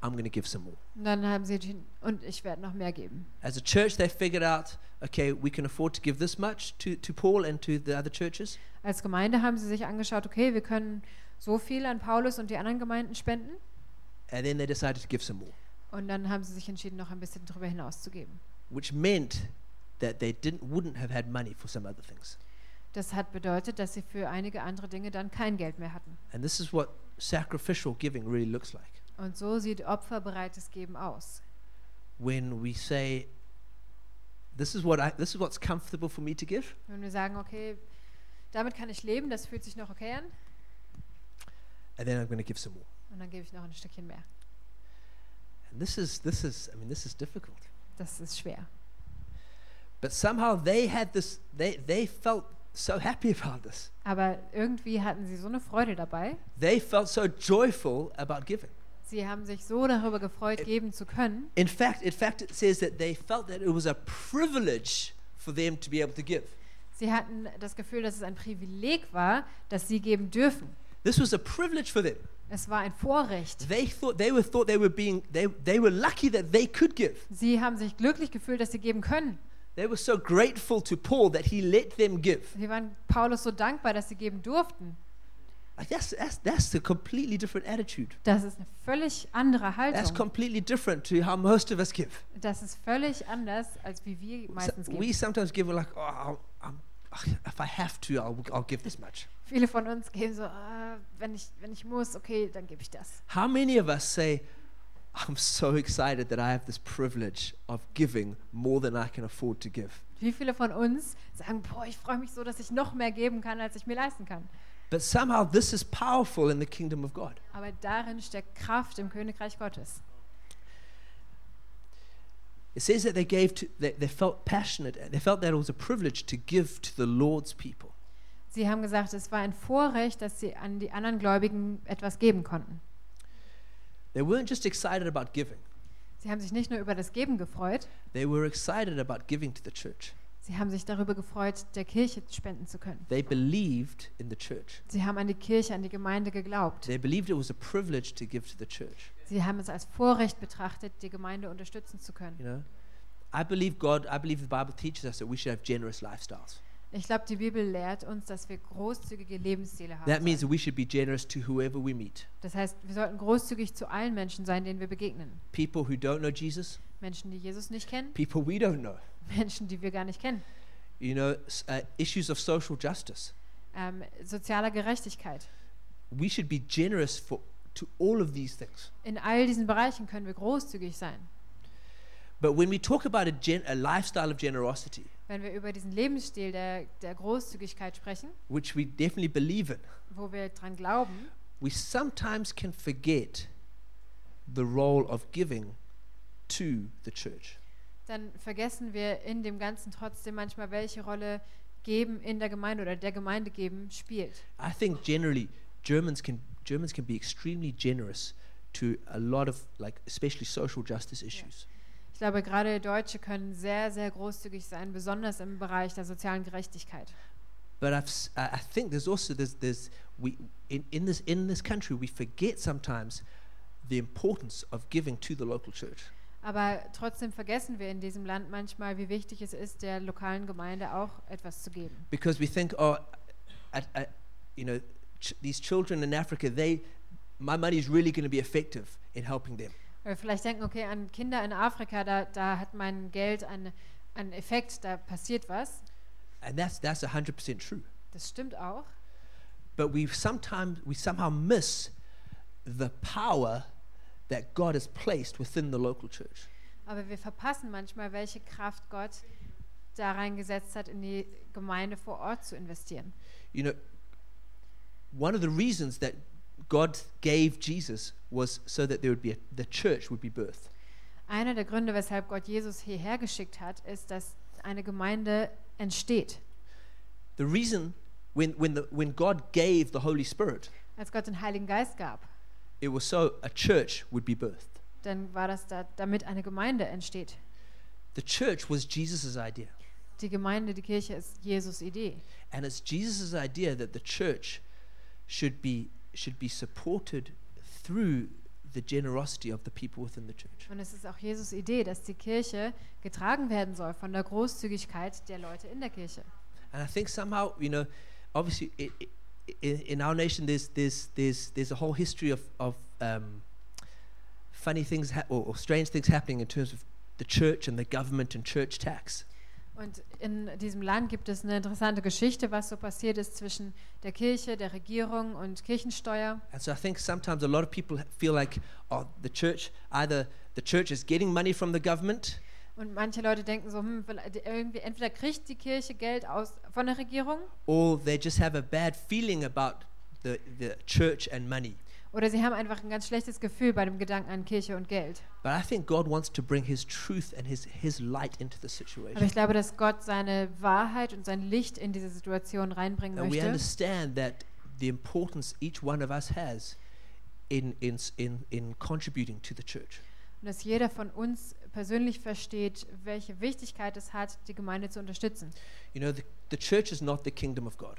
Speaker 1: I'm going to give some more.
Speaker 2: Und dann haben sie entschieden, und ich werde noch mehr geben.
Speaker 1: As a church, they figured out, okay, we can afford to give this much to, to Paul and to the other churches.
Speaker 2: Als Gemeinde haben sie sich angeschaut, okay, wir können so viel an Paulus und die anderen Gemeinden spenden.
Speaker 1: And then they decided to give some more,
Speaker 2: Und dann haben sie sich entschieden, noch ein bisschen darüber hinaus zu geben.
Speaker 1: which meant that they didn't, wouldn't have had money for some other things.
Speaker 2: Das hat bedeutet, dass sie für einige andere Dinge dann kein Geld mehr hatten.
Speaker 1: And this is what sacrificial giving really looks like.
Speaker 2: Und so sieht opferbereites Geben aus.
Speaker 1: When we say, this is, what I, this is what's comfortable for me to give,
Speaker 2: Wenn wir sagen, okay, damit kann ich leben, das fühlt sich noch okay an,
Speaker 1: and then I'm going to give some more.
Speaker 2: und dann gebe ich noch ein Stückchen mehr.
Speaker 1: And this is, this is, I mean, this is difficult.
Speaker 2: Das ist schwer.
Speaker 1: But somehow they had this, they, they felt so happy about this.
Speaker 2: Aber irgendwie hatten sie so eine Freude dabei.
Speaker 1: They felt so joyful about giving.
Speaker 2: Sie haben sich so darüber gefreut, geben zu können.
Speaker 1: In fact, in fact, it says that they felt that it was a privilege for them to be able to give.
Speaker 2: Sie hatten das Gefühl, dass es ein Privileg war, dass sie geben dürfen.
Speaker 1: This was a privilege for them.
Speaker 2: Es war ein Vorrecht.
Speaker 1: They thought they were thought they were being they, they were lucky that they could give.
Speaker 2: Sie haben sich glücklich gefühlt, dass sie geben können.
Speaker 1: They were so grateful to Paul that he let them give.
Speaker 2: Sie waren Paulus so dankbar, dass sie geben durften.
Speaker 1: Like that's that's that's a completely different attitude.
Speaker 2: Das ist eine völlig andere
Speaker 1: That's
Speaker 2: Haltung.
Speaker 1: completely different to how most of us give.
Speaker 2: Das ist völlig anders, als wie wir
Speaker 1: So
Speaker 2: meistens
Speaker 1: we
Speaker 2: geben.
Speaker 1: sometimes give we're like oh I'll, I'm, ugh, if I have to I'll I'll give this much.
Speaker 2: Viele von uns geben so, ah, wenn, ich, wenn ich muss, okay, dann gebe ich das.
Speaker 1: How many of us say I'm so excited that I have this privilege of giving more than I can afford to give.
Speaker 2: Wie viele von uns sagen, boah, ich freue mich so, dass ich noch mehr geben kann, als ich mir leisten kann.
Speaker 1: But somehow this is powerful in the kingdom of God.
Speaker 2: Aber darin steckt Kraft im Königreich Gottes.
Speaker 1: It says that they gave to, they, they felt passionate, and they felt that it was a privilege to give to the Lord's people.
Speaker 2: Sie haben gesagt, es war ein Vorrecht, dass sie an die anderen Gläubigen etwas geben konnten.
Speaker 1: They weren't just excited about giving,
Speaker 2: Sie haben sich nicht nur über das Geben gefreut,
Speaker 1: they were excited about giving to the church.
Speaker 2: sie haben sich darüber gefreut, der Kirche spenden zu können.
Speaker 1: They believed in the church.
Speaker 2: Sie haben an die Kirche, an die Gemeinde geglaubt.
Speaker 1: They believed it was a privilege to give to the church.
Speaker 2: Sie haben es als Vorrecht betrachtet, die Gemeinde unterstützen zu können.
Speaker 1: You know, I believe God. I believe the Bible teaches us that we should have generous lifestyles.
Speaker 2: Ich glaube, die Bibel lehrt uns, dass wir großzügige Lebensziele haben.
Speaker 1: That means
Speaker 2: sollen.
Speaker 1: that we should be generous to whoever we meet.
Speaker 2: Das heißt, wir sollten großzügig zu allen Menschen sein, denen wir begegnen.
Speaker 1: People who don't know Jesus,
Speaker 2: Menschen, die Jesus nicht kennen,
Speaker 1: people we don't know.
Speaker 2: Menschen, die wir gar nicht kennen.
Speaker 1: You know, s- uh, issues of social justice.
Speaker 2: Ähm, sozialer Gerechtigkeit.
Speaker 1: We should be generous for to all of these things.
Speaker 2: In all diesen Bereichen können wir großzügig sein.
Speaker 1: But when we talk about a, gen- a lifestyle of generosity,
Speaker 2: Wenn wir über diesen Lebensstil der, der Großzügigkeit sprechen,
Speaker 1: which we definitely believe in,
Speaker 2: wo wir dran glauben,
Speaker 1: we sometimes can forget the role of giving to the church.
Speaker 2: dann vergessen wir in dem Ganzen trotzdem manchmal, welche Rolle geben in der Gemeinde oder der Gemeinde geben spielt.
Speaker 1: I think generally Germans can Germans can be extremely generous to a lot of like especially social justice issues.
Speaker 2: Ich glaube, gerade Deutsche können sehr, sehr großzügig sein, besonders im Bereich der sozialen Gerechtigkeit.
Speaker 1: But I've, s- I I think there's also there's, there's we in, in this in this country we forget sometimes the importance of giving to the local church.
Speaker 2: Aber trotzdem vergessen wir in diesem Land manchmal, wie wichtig es ist, der lokalen Gemeinde auch etwas zu geben.
Speaker 1: because we think, oh, I, I, you know, ch- these children in Africa, they, my money is really going to be effective in helping them.
Speaker 2: Weil wir vielleicht denken, okay, an Kinder in Afrika, da, da hat mein Geld einen, einen Effekt, da passiert was.
Speaker 1: And that's that's hundred percent true.
Speaker 2: Das stimmt auch.
Speaker 1: But we sometimes we somehow miss the power that God has placed within the local church.
Speaker 2: Aber wir verpassen manchmal, welche Kraft Gott da reingesetzt hat, in die Gemeinde vor Ort zu investieren.
Speaker 1: You know, one of the reasons that God gave Jesus was so that there would be a, the church would be birthed.
Speaker 2: Einer der Gründe, weshalb Gott Jesus hierher geschickt hat, ist, dass eine Gemeinde entsteht.
Speaker 1: The reason when when the when God gave the Holy Spirit,
Speaker 2: Als Gott den Heiligen Geist gab,
Speaker 1: it was so a church would be birthed.
Speaker 2: dann war das da, damit eine Gemeinde entsteht.
Speaker 1: The church was Jesus' idea.
Speaker 2: Die Gemeinde, die Kirche ist Jesus Idee.
Speaker 1: And it's Jesus' idea that the church should be, should be supported through the generosity of the people within the church.
Speaker 2: Und es ist auch Jesus Idee, dass die Kirche getragen werden soll von der Großzügigkeit der Leute in der Kirche.
Speaker 1: And I think somehow, you know, obviously i i in, in our nation, there's, there's, there's, there's a whole history of, of um, funny things hap- or, or strange things happening in terms of the church and the government and church tax.
Speaker 2: Und in diesem Land gibt es eine interessante Geschichte, was so passiert ist zwischen der Kirche, der Regierung und Kirchensteuer.
Speaker 1: And so I think sometimes a lot of people feel like, oh, the church, either the church is getting money from the government
Speaker 2: Und manche Leute denken so, hm, vielleicht- irgendwie, entweder kriegt die Kirche Geld aus, von der Regierung
Speaker 1: or they just have a bad feeling about the, the church and money.
Speaker 2: oder sie haben einfach ein ganz schlechtes Gefühl bei dem Gedanken an Kirche und Geld.
Speaker 1: But I think God wants to bring His truth and His, his light into the
Speaker 2: Aber
Speaker 1: situation.
Speaker 2: ich glaube, dass Gott seine Wahrheit und sein Licht in diese Situation reinbringen
Speaker 1: And we
Speaker 2: möchte.
Speaker 1: understand that the importance each one of us has in, in, s- in, in contributing to the church.
Speaker 2: Und dass jeder von uns persönlich versteht, welche Wichtigkeit es hat, die Gemeinde zu unterstützen.
Speaker 1: You know, the, the church is not the kingdom of God.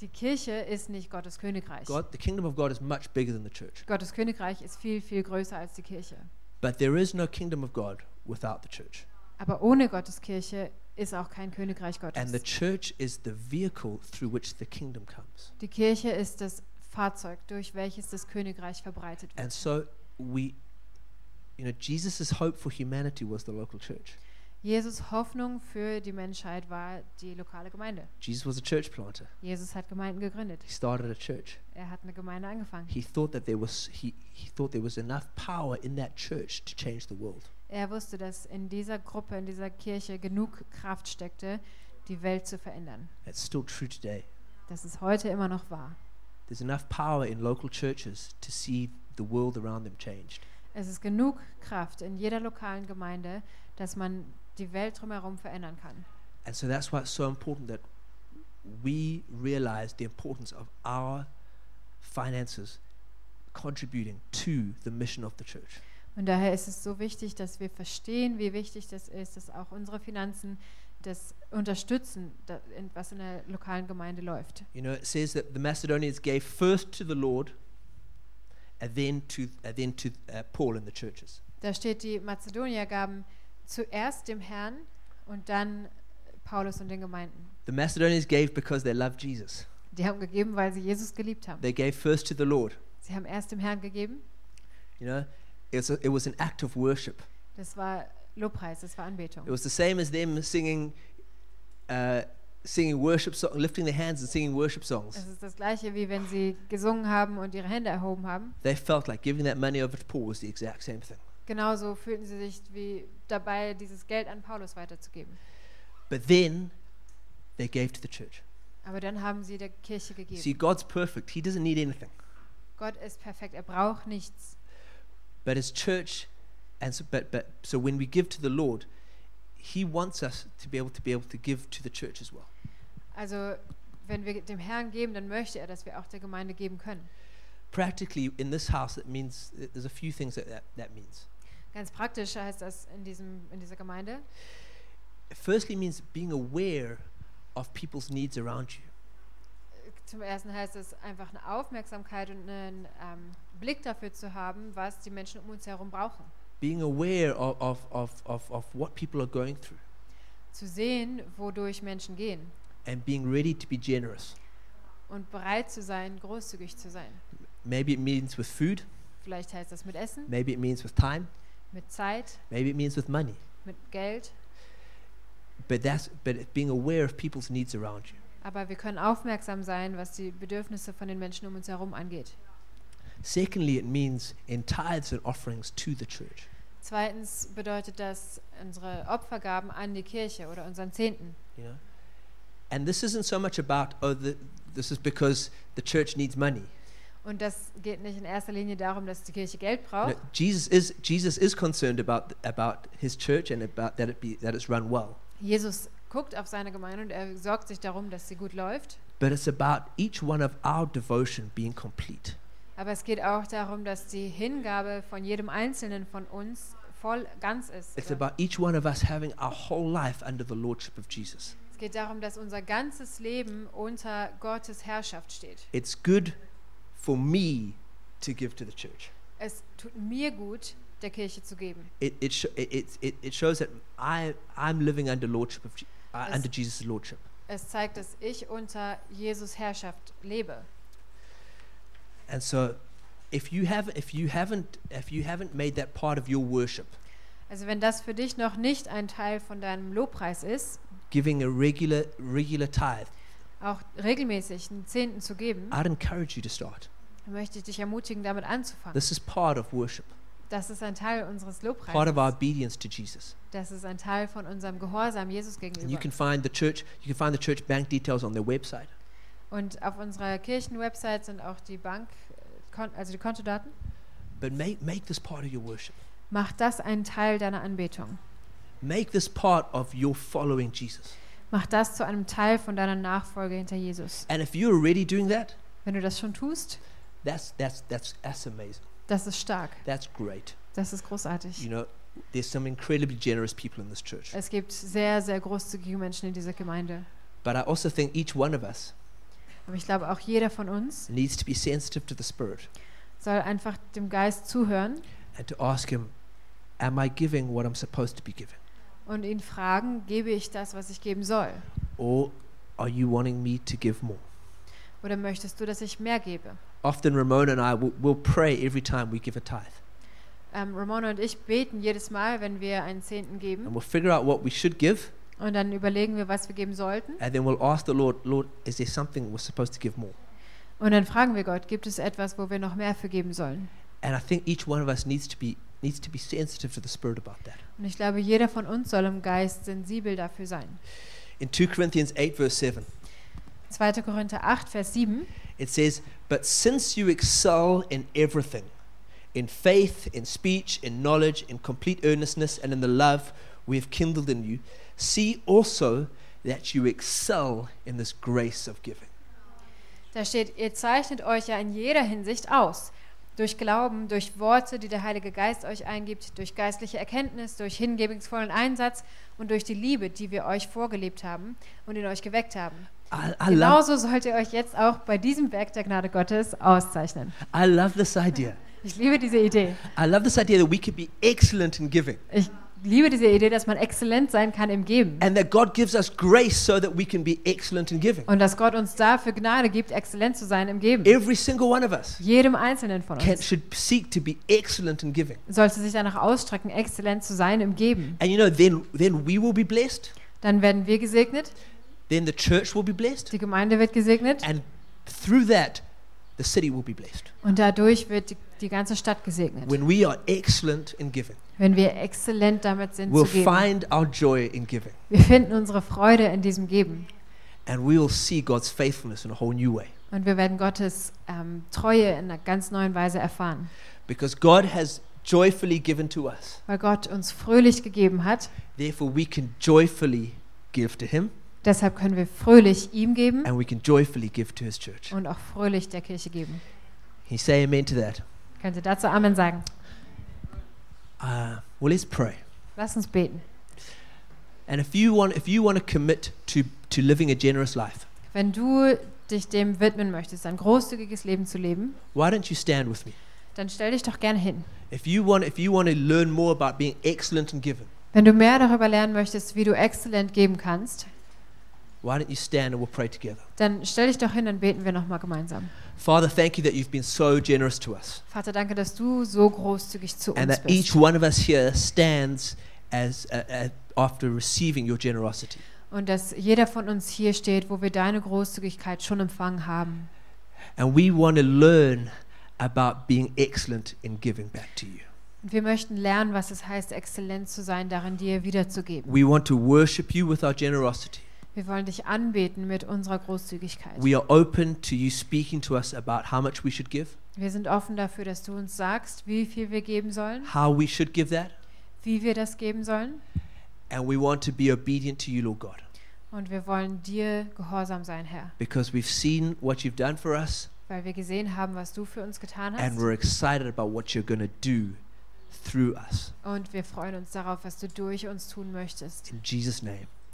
Speaker 2: Die Kirche ist nicht Gottes Königreich.
Speaker 1: God. The kingdom of God is much bigger than the church.
Speaker 2: Gottes Königreich ist viel, viel größer als die Kirche.
Speaker 1: But there is no kingdom of God without the church.
Speaker 2: Aber ohne Gottes Kirche ist auch kein Königreich
Speaker 1: And the
Speaker 2: Gottes.
Speaker 1: church is the vehicle through which the kingdom comes.
Speaker 2: Die Kirche ist das Fahrzeug, durch welches das Königreich verbreitet
Speaker 1: And
Speaker 2: wird.
Speaker 1: so we, you know, Jesus' hope for humanity was the local church.
Speaker 2: Jesus Hoffnung für die Menschheit war die lokale Gemeinde.
Speaker 1: Jesus was a church planter.
Speaker 2: Jesus hat Gemeinden gegründet.
Speaker 1: He started a church.
Speaker 2: Er hat eine Gemeinde angefangen.
Speaker 1: He thought that there was he, he thought there was enough power in that church to change the world.
Speaker 2: Er wusste, dass in dieser Gruppe, in dieser Kirche genug Kraft steckte, die Welt zu verändern.
Speaker 1: That's still true today.
Speaker 2: Das ist heute immer noch wahr.
Speaker 1: There's enough power in local churches to see the world around them changed.
Speaker 2: Es ist genug Kraft in jeder lokalen Gemeinde, dass man die Welt drumherum verändern kann.
Speaker 1: And so that's why it's so important that we realize the importance of our finances contributing to the mission of the church.
Speaker 2: Und daher ist es so wichtig, dass wir verstehen, wie wichtig das ist, dass auch unsere Finanzen das unterstützen, da- in- was in der lokalen Gemeinde läuft.
Speaker 1: You know, it says that the Macedonians gave first to the Lord and then to, and then to uh, Paul and the churches.
Speaker 2: Da steht, die Mazedonier gaben zuerst dem Herrn und dann Paulus und den Gemeinden.
Speaker 1: The Macedonians gave because they loved Jesus.
Speaker 2: Die haben gegeben, weil sie Jesus geliebt haben.
Speaker 1: They gave first to the Lord.
Speaker 2: Sie haben erst dem Herrn gegeben.
Speaker 1: You know, it's a, it was an act of worship.
Speaker 2: Das war Lobpreis, das war Anbetung.
Speaker 1: It was the same as them singing, uh, singing worship songs, lifting their hands and singing worship songs.
Speaker 2: Es ist das gleiche, wie wenn sie gesungen haben und ihre Hände erhoben haben.
Speaker 1: They felt like giving that money over to Paul was the exact same thing.
Speaker 2: Genauso fühlten sie sich wie dabei, dieses Geld an Paulus weiterzugeben.
Speaker 1: But then they gave to the church.
Speaker 2: Aber dann haben sie der Kirche gegeben.
Speaker 1: See, God's perfect. He doesn't need anything.
Speaker 2: Gott ist perfekt, er braucht nichts.
Speaker 1: But as church, and so, but, but, so when we give to the Lord, He wants us to be able to be able to give to the church as well.
Speaker 2: Also wenn wir dem Herrn geben, dann möchte er, dass wir auch der Gemeinde geben können.
Speaker 1: Practically, in this house, it means there's a few things that that, that means.
Speaker 2: Ganz praktisch heißt das in, diesem, in dieser Gemeinde.
Speaker 1: It firstly means being aware of people's needs around you.
Speaker 2: Zum Ersten heißt es einfach eine Aufmerksamkeit und einen ähm, Blick dafür zu haben, was die Menschen um uns herum brauchen.
Speaker 1: Being aware of, of, of, of, of what people are going through
Speaker 2: Zu sehen, wodurch Menschen gehen
Speaker 1: and being ready to be generous.
Speaker 2: und bereit zu sein, großzügig zu sein.
Speaker 1: Maybe it means with food,
Speaker 2: Vielleicht heißt das mit Essen,
Speaker 1: maybe it means with time,
Speaker 2: mit Zeit,
Speaker 1: maybe it means with money.
Speaker 2: mit Geld.
Speaker 1: But that's but it- being aware of people's needs around you.
Speaker 2: Aber wir können aufmerksam sein, was die Bedürfnisse von den Menschen um uns herum angeht.
Speaker 1: Secondly, it means in tithes and offerings to the church.
Speaker 2: Zweitens bedeutet das unsere Opfergaben an die Kirche oder unseren Zehnten.
Speaker 1: You know, and this isn't so much about oh the, this is because the church needs money.
Speaker 2: Und das geht nicht in erster Linie darum, dass die Kirche Geld
Speaker 1: You know,
Speaker 2: braucht.
Speaker 1: Jesus is Jesus is concerned about about his church and about that it be that it's run well.
Speaker 2: Jesus guckt auf seine Gemeinde und er sorgt sich darum, dass sie gut läuft.
Speaker 1: But it's about each one of our devotion being complete.
Speaker 2: Aber es geht auch darum, dass die Hingabe von jedem Einzelnen von uns voll ganz ist.
Speaker 1: It's
Speaker 2: Oder
Speaker 1: about each one of us having our whole life under the lordship of Jesus.
Speaker 2: Es geht darum, dass unser ganzes Leben unter Gottes Herrschaft steht.
Speaker 1: It's good for me to give to the church.
Speaker 2: Es tut mir gut, der Kirche zu geben.
Speaker 1: It it sho- it, it, it, it shows that I I'm living under lordship of Je- uh,
Speaker 2: Yes.
Speaker 1: under Jesus' lordship.
Speaker 2: Es zeigt, dass ich unter Jesus Herrschaft lebe.
Speaker 1: And so, if you have, if you haven't, if you haven't made that part of your worship,
Speaker 2: Also wenn das für dich noch nicht ein Teil von deinem Lobpreis ist,
Speaker 1: giving a regular, regular tithe,
Speaker 2: auch regelmäßig einen Zehnten zu geben,
Speaker 1: I'd encourage you to start.
Speaker 2: dann möchte ich dich ermutigen, damit anzufangen.
Speaker 1: This is part of worship,
Speaker 2: Das ist ein Teil unseres
Speaker 1: part of our
Speaker 2: Lobpreises.
Speaker 1: obedience to Jesus.
Speaker 2: Das ist ein Teil von unserem Gehorsam Jesus
Speaker 1: And you
Speaker 2: gegenüber.
Speaker 1: can find the church. You can find the church bank details on their website.
Speaker 2: Und auf unserer Kirchenwebsite sind auch die Bank, äh, Kon- also die Kontodaten.
Speaker 1: But make make this part of your worship.
Speaker 2: Mach das einen Teil deiner Anbetung.
Speaker 1: Make this part of your following Jesus.
Speaker 2: Mach das zu einem Teil von deiner Nachfolge hinter Jesus.
Speaker 1: And if you're already doing that,
Speaker 2: Wenn du das schon tust,
Speaker 1: that's that's that's that's amazing.
Speaker 2: das ist stark.
Speaker 1: That's great.
Speaker 2: Das ist großartig.
Speaker 1: You know, there's some incredibly generous people in this church.
Speaker 2: Es gibt sehr, sehr großzügige Menschen in dieser Gemeinde.
Speaker 1: But I also think each one of us
Speaker 2: Aber ich glaube, auch jeder von uns
Speaker 1: needs to be sensitive to the Spirit
Speaker 2: soll einfach dem Geist zuhören
Speaker 1: and to ask Him, Am I giving what I'm supposed to be giving?
Speaker 2: und ihn fragen, gebe ich das, was ich geben soll?
Speaker 1: Or are you wanting me to give more?
Speaker 2: Oder möchtest du, dass ich mehr gebe?
Speaker 1: Often Ramona and I will, will pray every time we give a tithe,
Speaker 2: Ähm, Ramona und ich beten jedes Mal, wenn wir einen Zehnten
Speaker 1: and
Speaker 2: geben.
Speaker 1: we'll figure out what we should give,
Speaker 2: Und dann überlegen wir, was wir geben sollten.
Speaker 1: and then we'll ask the Lord, Lord, is there something we're supposed to give more?
Speaker 2: Und dann fragen wir Gott, gibt es etwas, wo wir noch mehr für geben sollen?
Speaker 1: And I think each one of us needs to be needs to be sensitive to the Spirit about that.
Speaker 2: Und ich glaube, jeder von uns soll im Geist sensibel dafür sein.
Speaker 1: In 2 Corinthians 8, verse 7,
Speaker 2: 2. Korinther 8, Vers 7.
Speaker 1: it says, But since you excel in everything, in faith, in speech, in knowledge, in complete earnestness, and in the love we have kindled in you, see also that you excel in this grace of giving.
Speaker 2: Da steht, ihr zeichnet euch ja in jeder Hinsicht aus. Durch Glauben, durch Worte, die der Heilige Geist euch eingibt, durch geistliche Erkenntnis, durch hingebungsvollen Einsatz und durch die Liebe, die wir euch vorgelebt haben und in euch geweckt haben.
Speaker 1: I, I, love,
Speaker 2: Genauso sollt ihr euch jetzt auch bei diesem Werk der Gnade Gottes auszeichnen.
Speaker 1: I love this idea.
Speaker 2: Ich liebe diese Idee.
Speaker 1: I love this idea that we could be excellent in giving
Speaker 2: Ich liebe diese Idee, dass man exzellent sein kann im Geben.
Speaker 1: and that God gives us grace so that we can be excellent in giving.
Speaker 2: Und dass Gott uns dafür Gnade gibt, exzellent zu sein im Geben.
Speaker 1: Every single one of us
Speaker 2: Jedem Einzelnen von
Speaker 1: can,
Speaker 2: uns
Speaker 1: should seek to be excellent in giving.
Speaker 2: sollte sich danach ausstrecken, exzellent zu sein im Geben.
Speaker 1: And you know, then, then we will be blessed,
Speaker 2: Dann werden wir gesegnet,
Speaker 1: then the church will be blessed,
Speaker 2: die Gemeinde wird gesegnet
Speaker 1: and through that, the city will be blessed.
Speaker 2: und dadurch wird die, die ganze Stadt gesegnet.
Speaker 1: When we are excellent in giving,
Speaker 2: Wenn wir exzellent damit sind
Speaker 1: we'll
Speaker 2: zu geben.
Speaker 1: find our joy in giving,
Speaker 2: Wir finden unsere Freude in diesem Geben
Speaker 1: and we will see God's faithfulness in a whole new way.
Speaker 2: und wir werden Gottes ähm, Treue in einer ganz neuen Weise erfahren.
Speaker 1: Because God has joyfully given to us,
Speaker 2: Weil Gott uns fröhlich gegeben hat,
Speaker 1: therefore, we can joyfully give to Him,
Speaker 2: deshalb können wir fröhlich ihm geben
Speaker 1: Mm-hmm. and we can joyfully give to His church.
Speaker 2: und auch fröhlich der Kirche geben.
Speaker 1: He say amen to that.
Speaker 2: Könnt ihr dazu Amen sagen?
Speaker 1: Uh, well, let's pray.
Speaker 2: Lass uns beten.
Speaker 1: And if you want, if you want to commit to, to living a generous life,
Speaker 2: Wenn du dich dem widmen möchtest, ein großzügiges Leben zu leben,
Speaker 1: why don't you stand with me?
Speaker 2: dann stell dich doch gerne hin.
Speaker 1: If you want, if you want to learn more about being excellent in giving,
Speaker 2: Wenn du mehr darüber lernen möchtest, wie du exzellent geben kannst,
Speaker 1: why don't you stand and we'll pray together?
Speaker 2: dann stell dich doch hin, dann beten wir nochmal gemeinsam.
Speaker 1: Father, thank you that you've been so generous to us,
Speaker 2: Vater, danke, dass du so großzügig zu
Speaker 1: and
Speaker 2: uns
Speaker 1: that each
Speaker 2: bist.
Speaker 1: one of us here stands as uh, uh, after receiving your generosity.
Speaker 2: Und dass jeder von uns hier steht, wo wir deine Großzügigkeit schon empfangen haben.
Speaker 1: And we want to learn about being excellent in giving back to you.
Speaker 2: Und wir möchten lernen, was es heißt, exzellent zu sein, darin dir wiederzugeben.
Speaker 1: We want to worship you with our generosity.
Speaker 2: Wir wollen dich anbeten mit unserer Großzügigkeit.
Speaker 1: We are open to you speaking to us about how much we should give,
Speaker 2: Wir sind offen dafür, dass du uns sagst, wie viel wir geben sollen,
Speaker 1: how we should give that,
Speaker 2: wie wir das geben sollen.
Speaker 1: and we want to be obedient to you, Lord God,
Speaker 2: Und wir wollen dir gehorsam sein, Herr,
Speaker 1: because we've seen what you've done for us,
Speaker 2: weil wir gesehen haben, was du für uns getan hast.
Speaker 1: and we're excited about what you're going to do through us.
Speaker 2: Und wir freuen uns darauf, was du durch uns tun möchtest.
Speaker 1: In Jesus' name,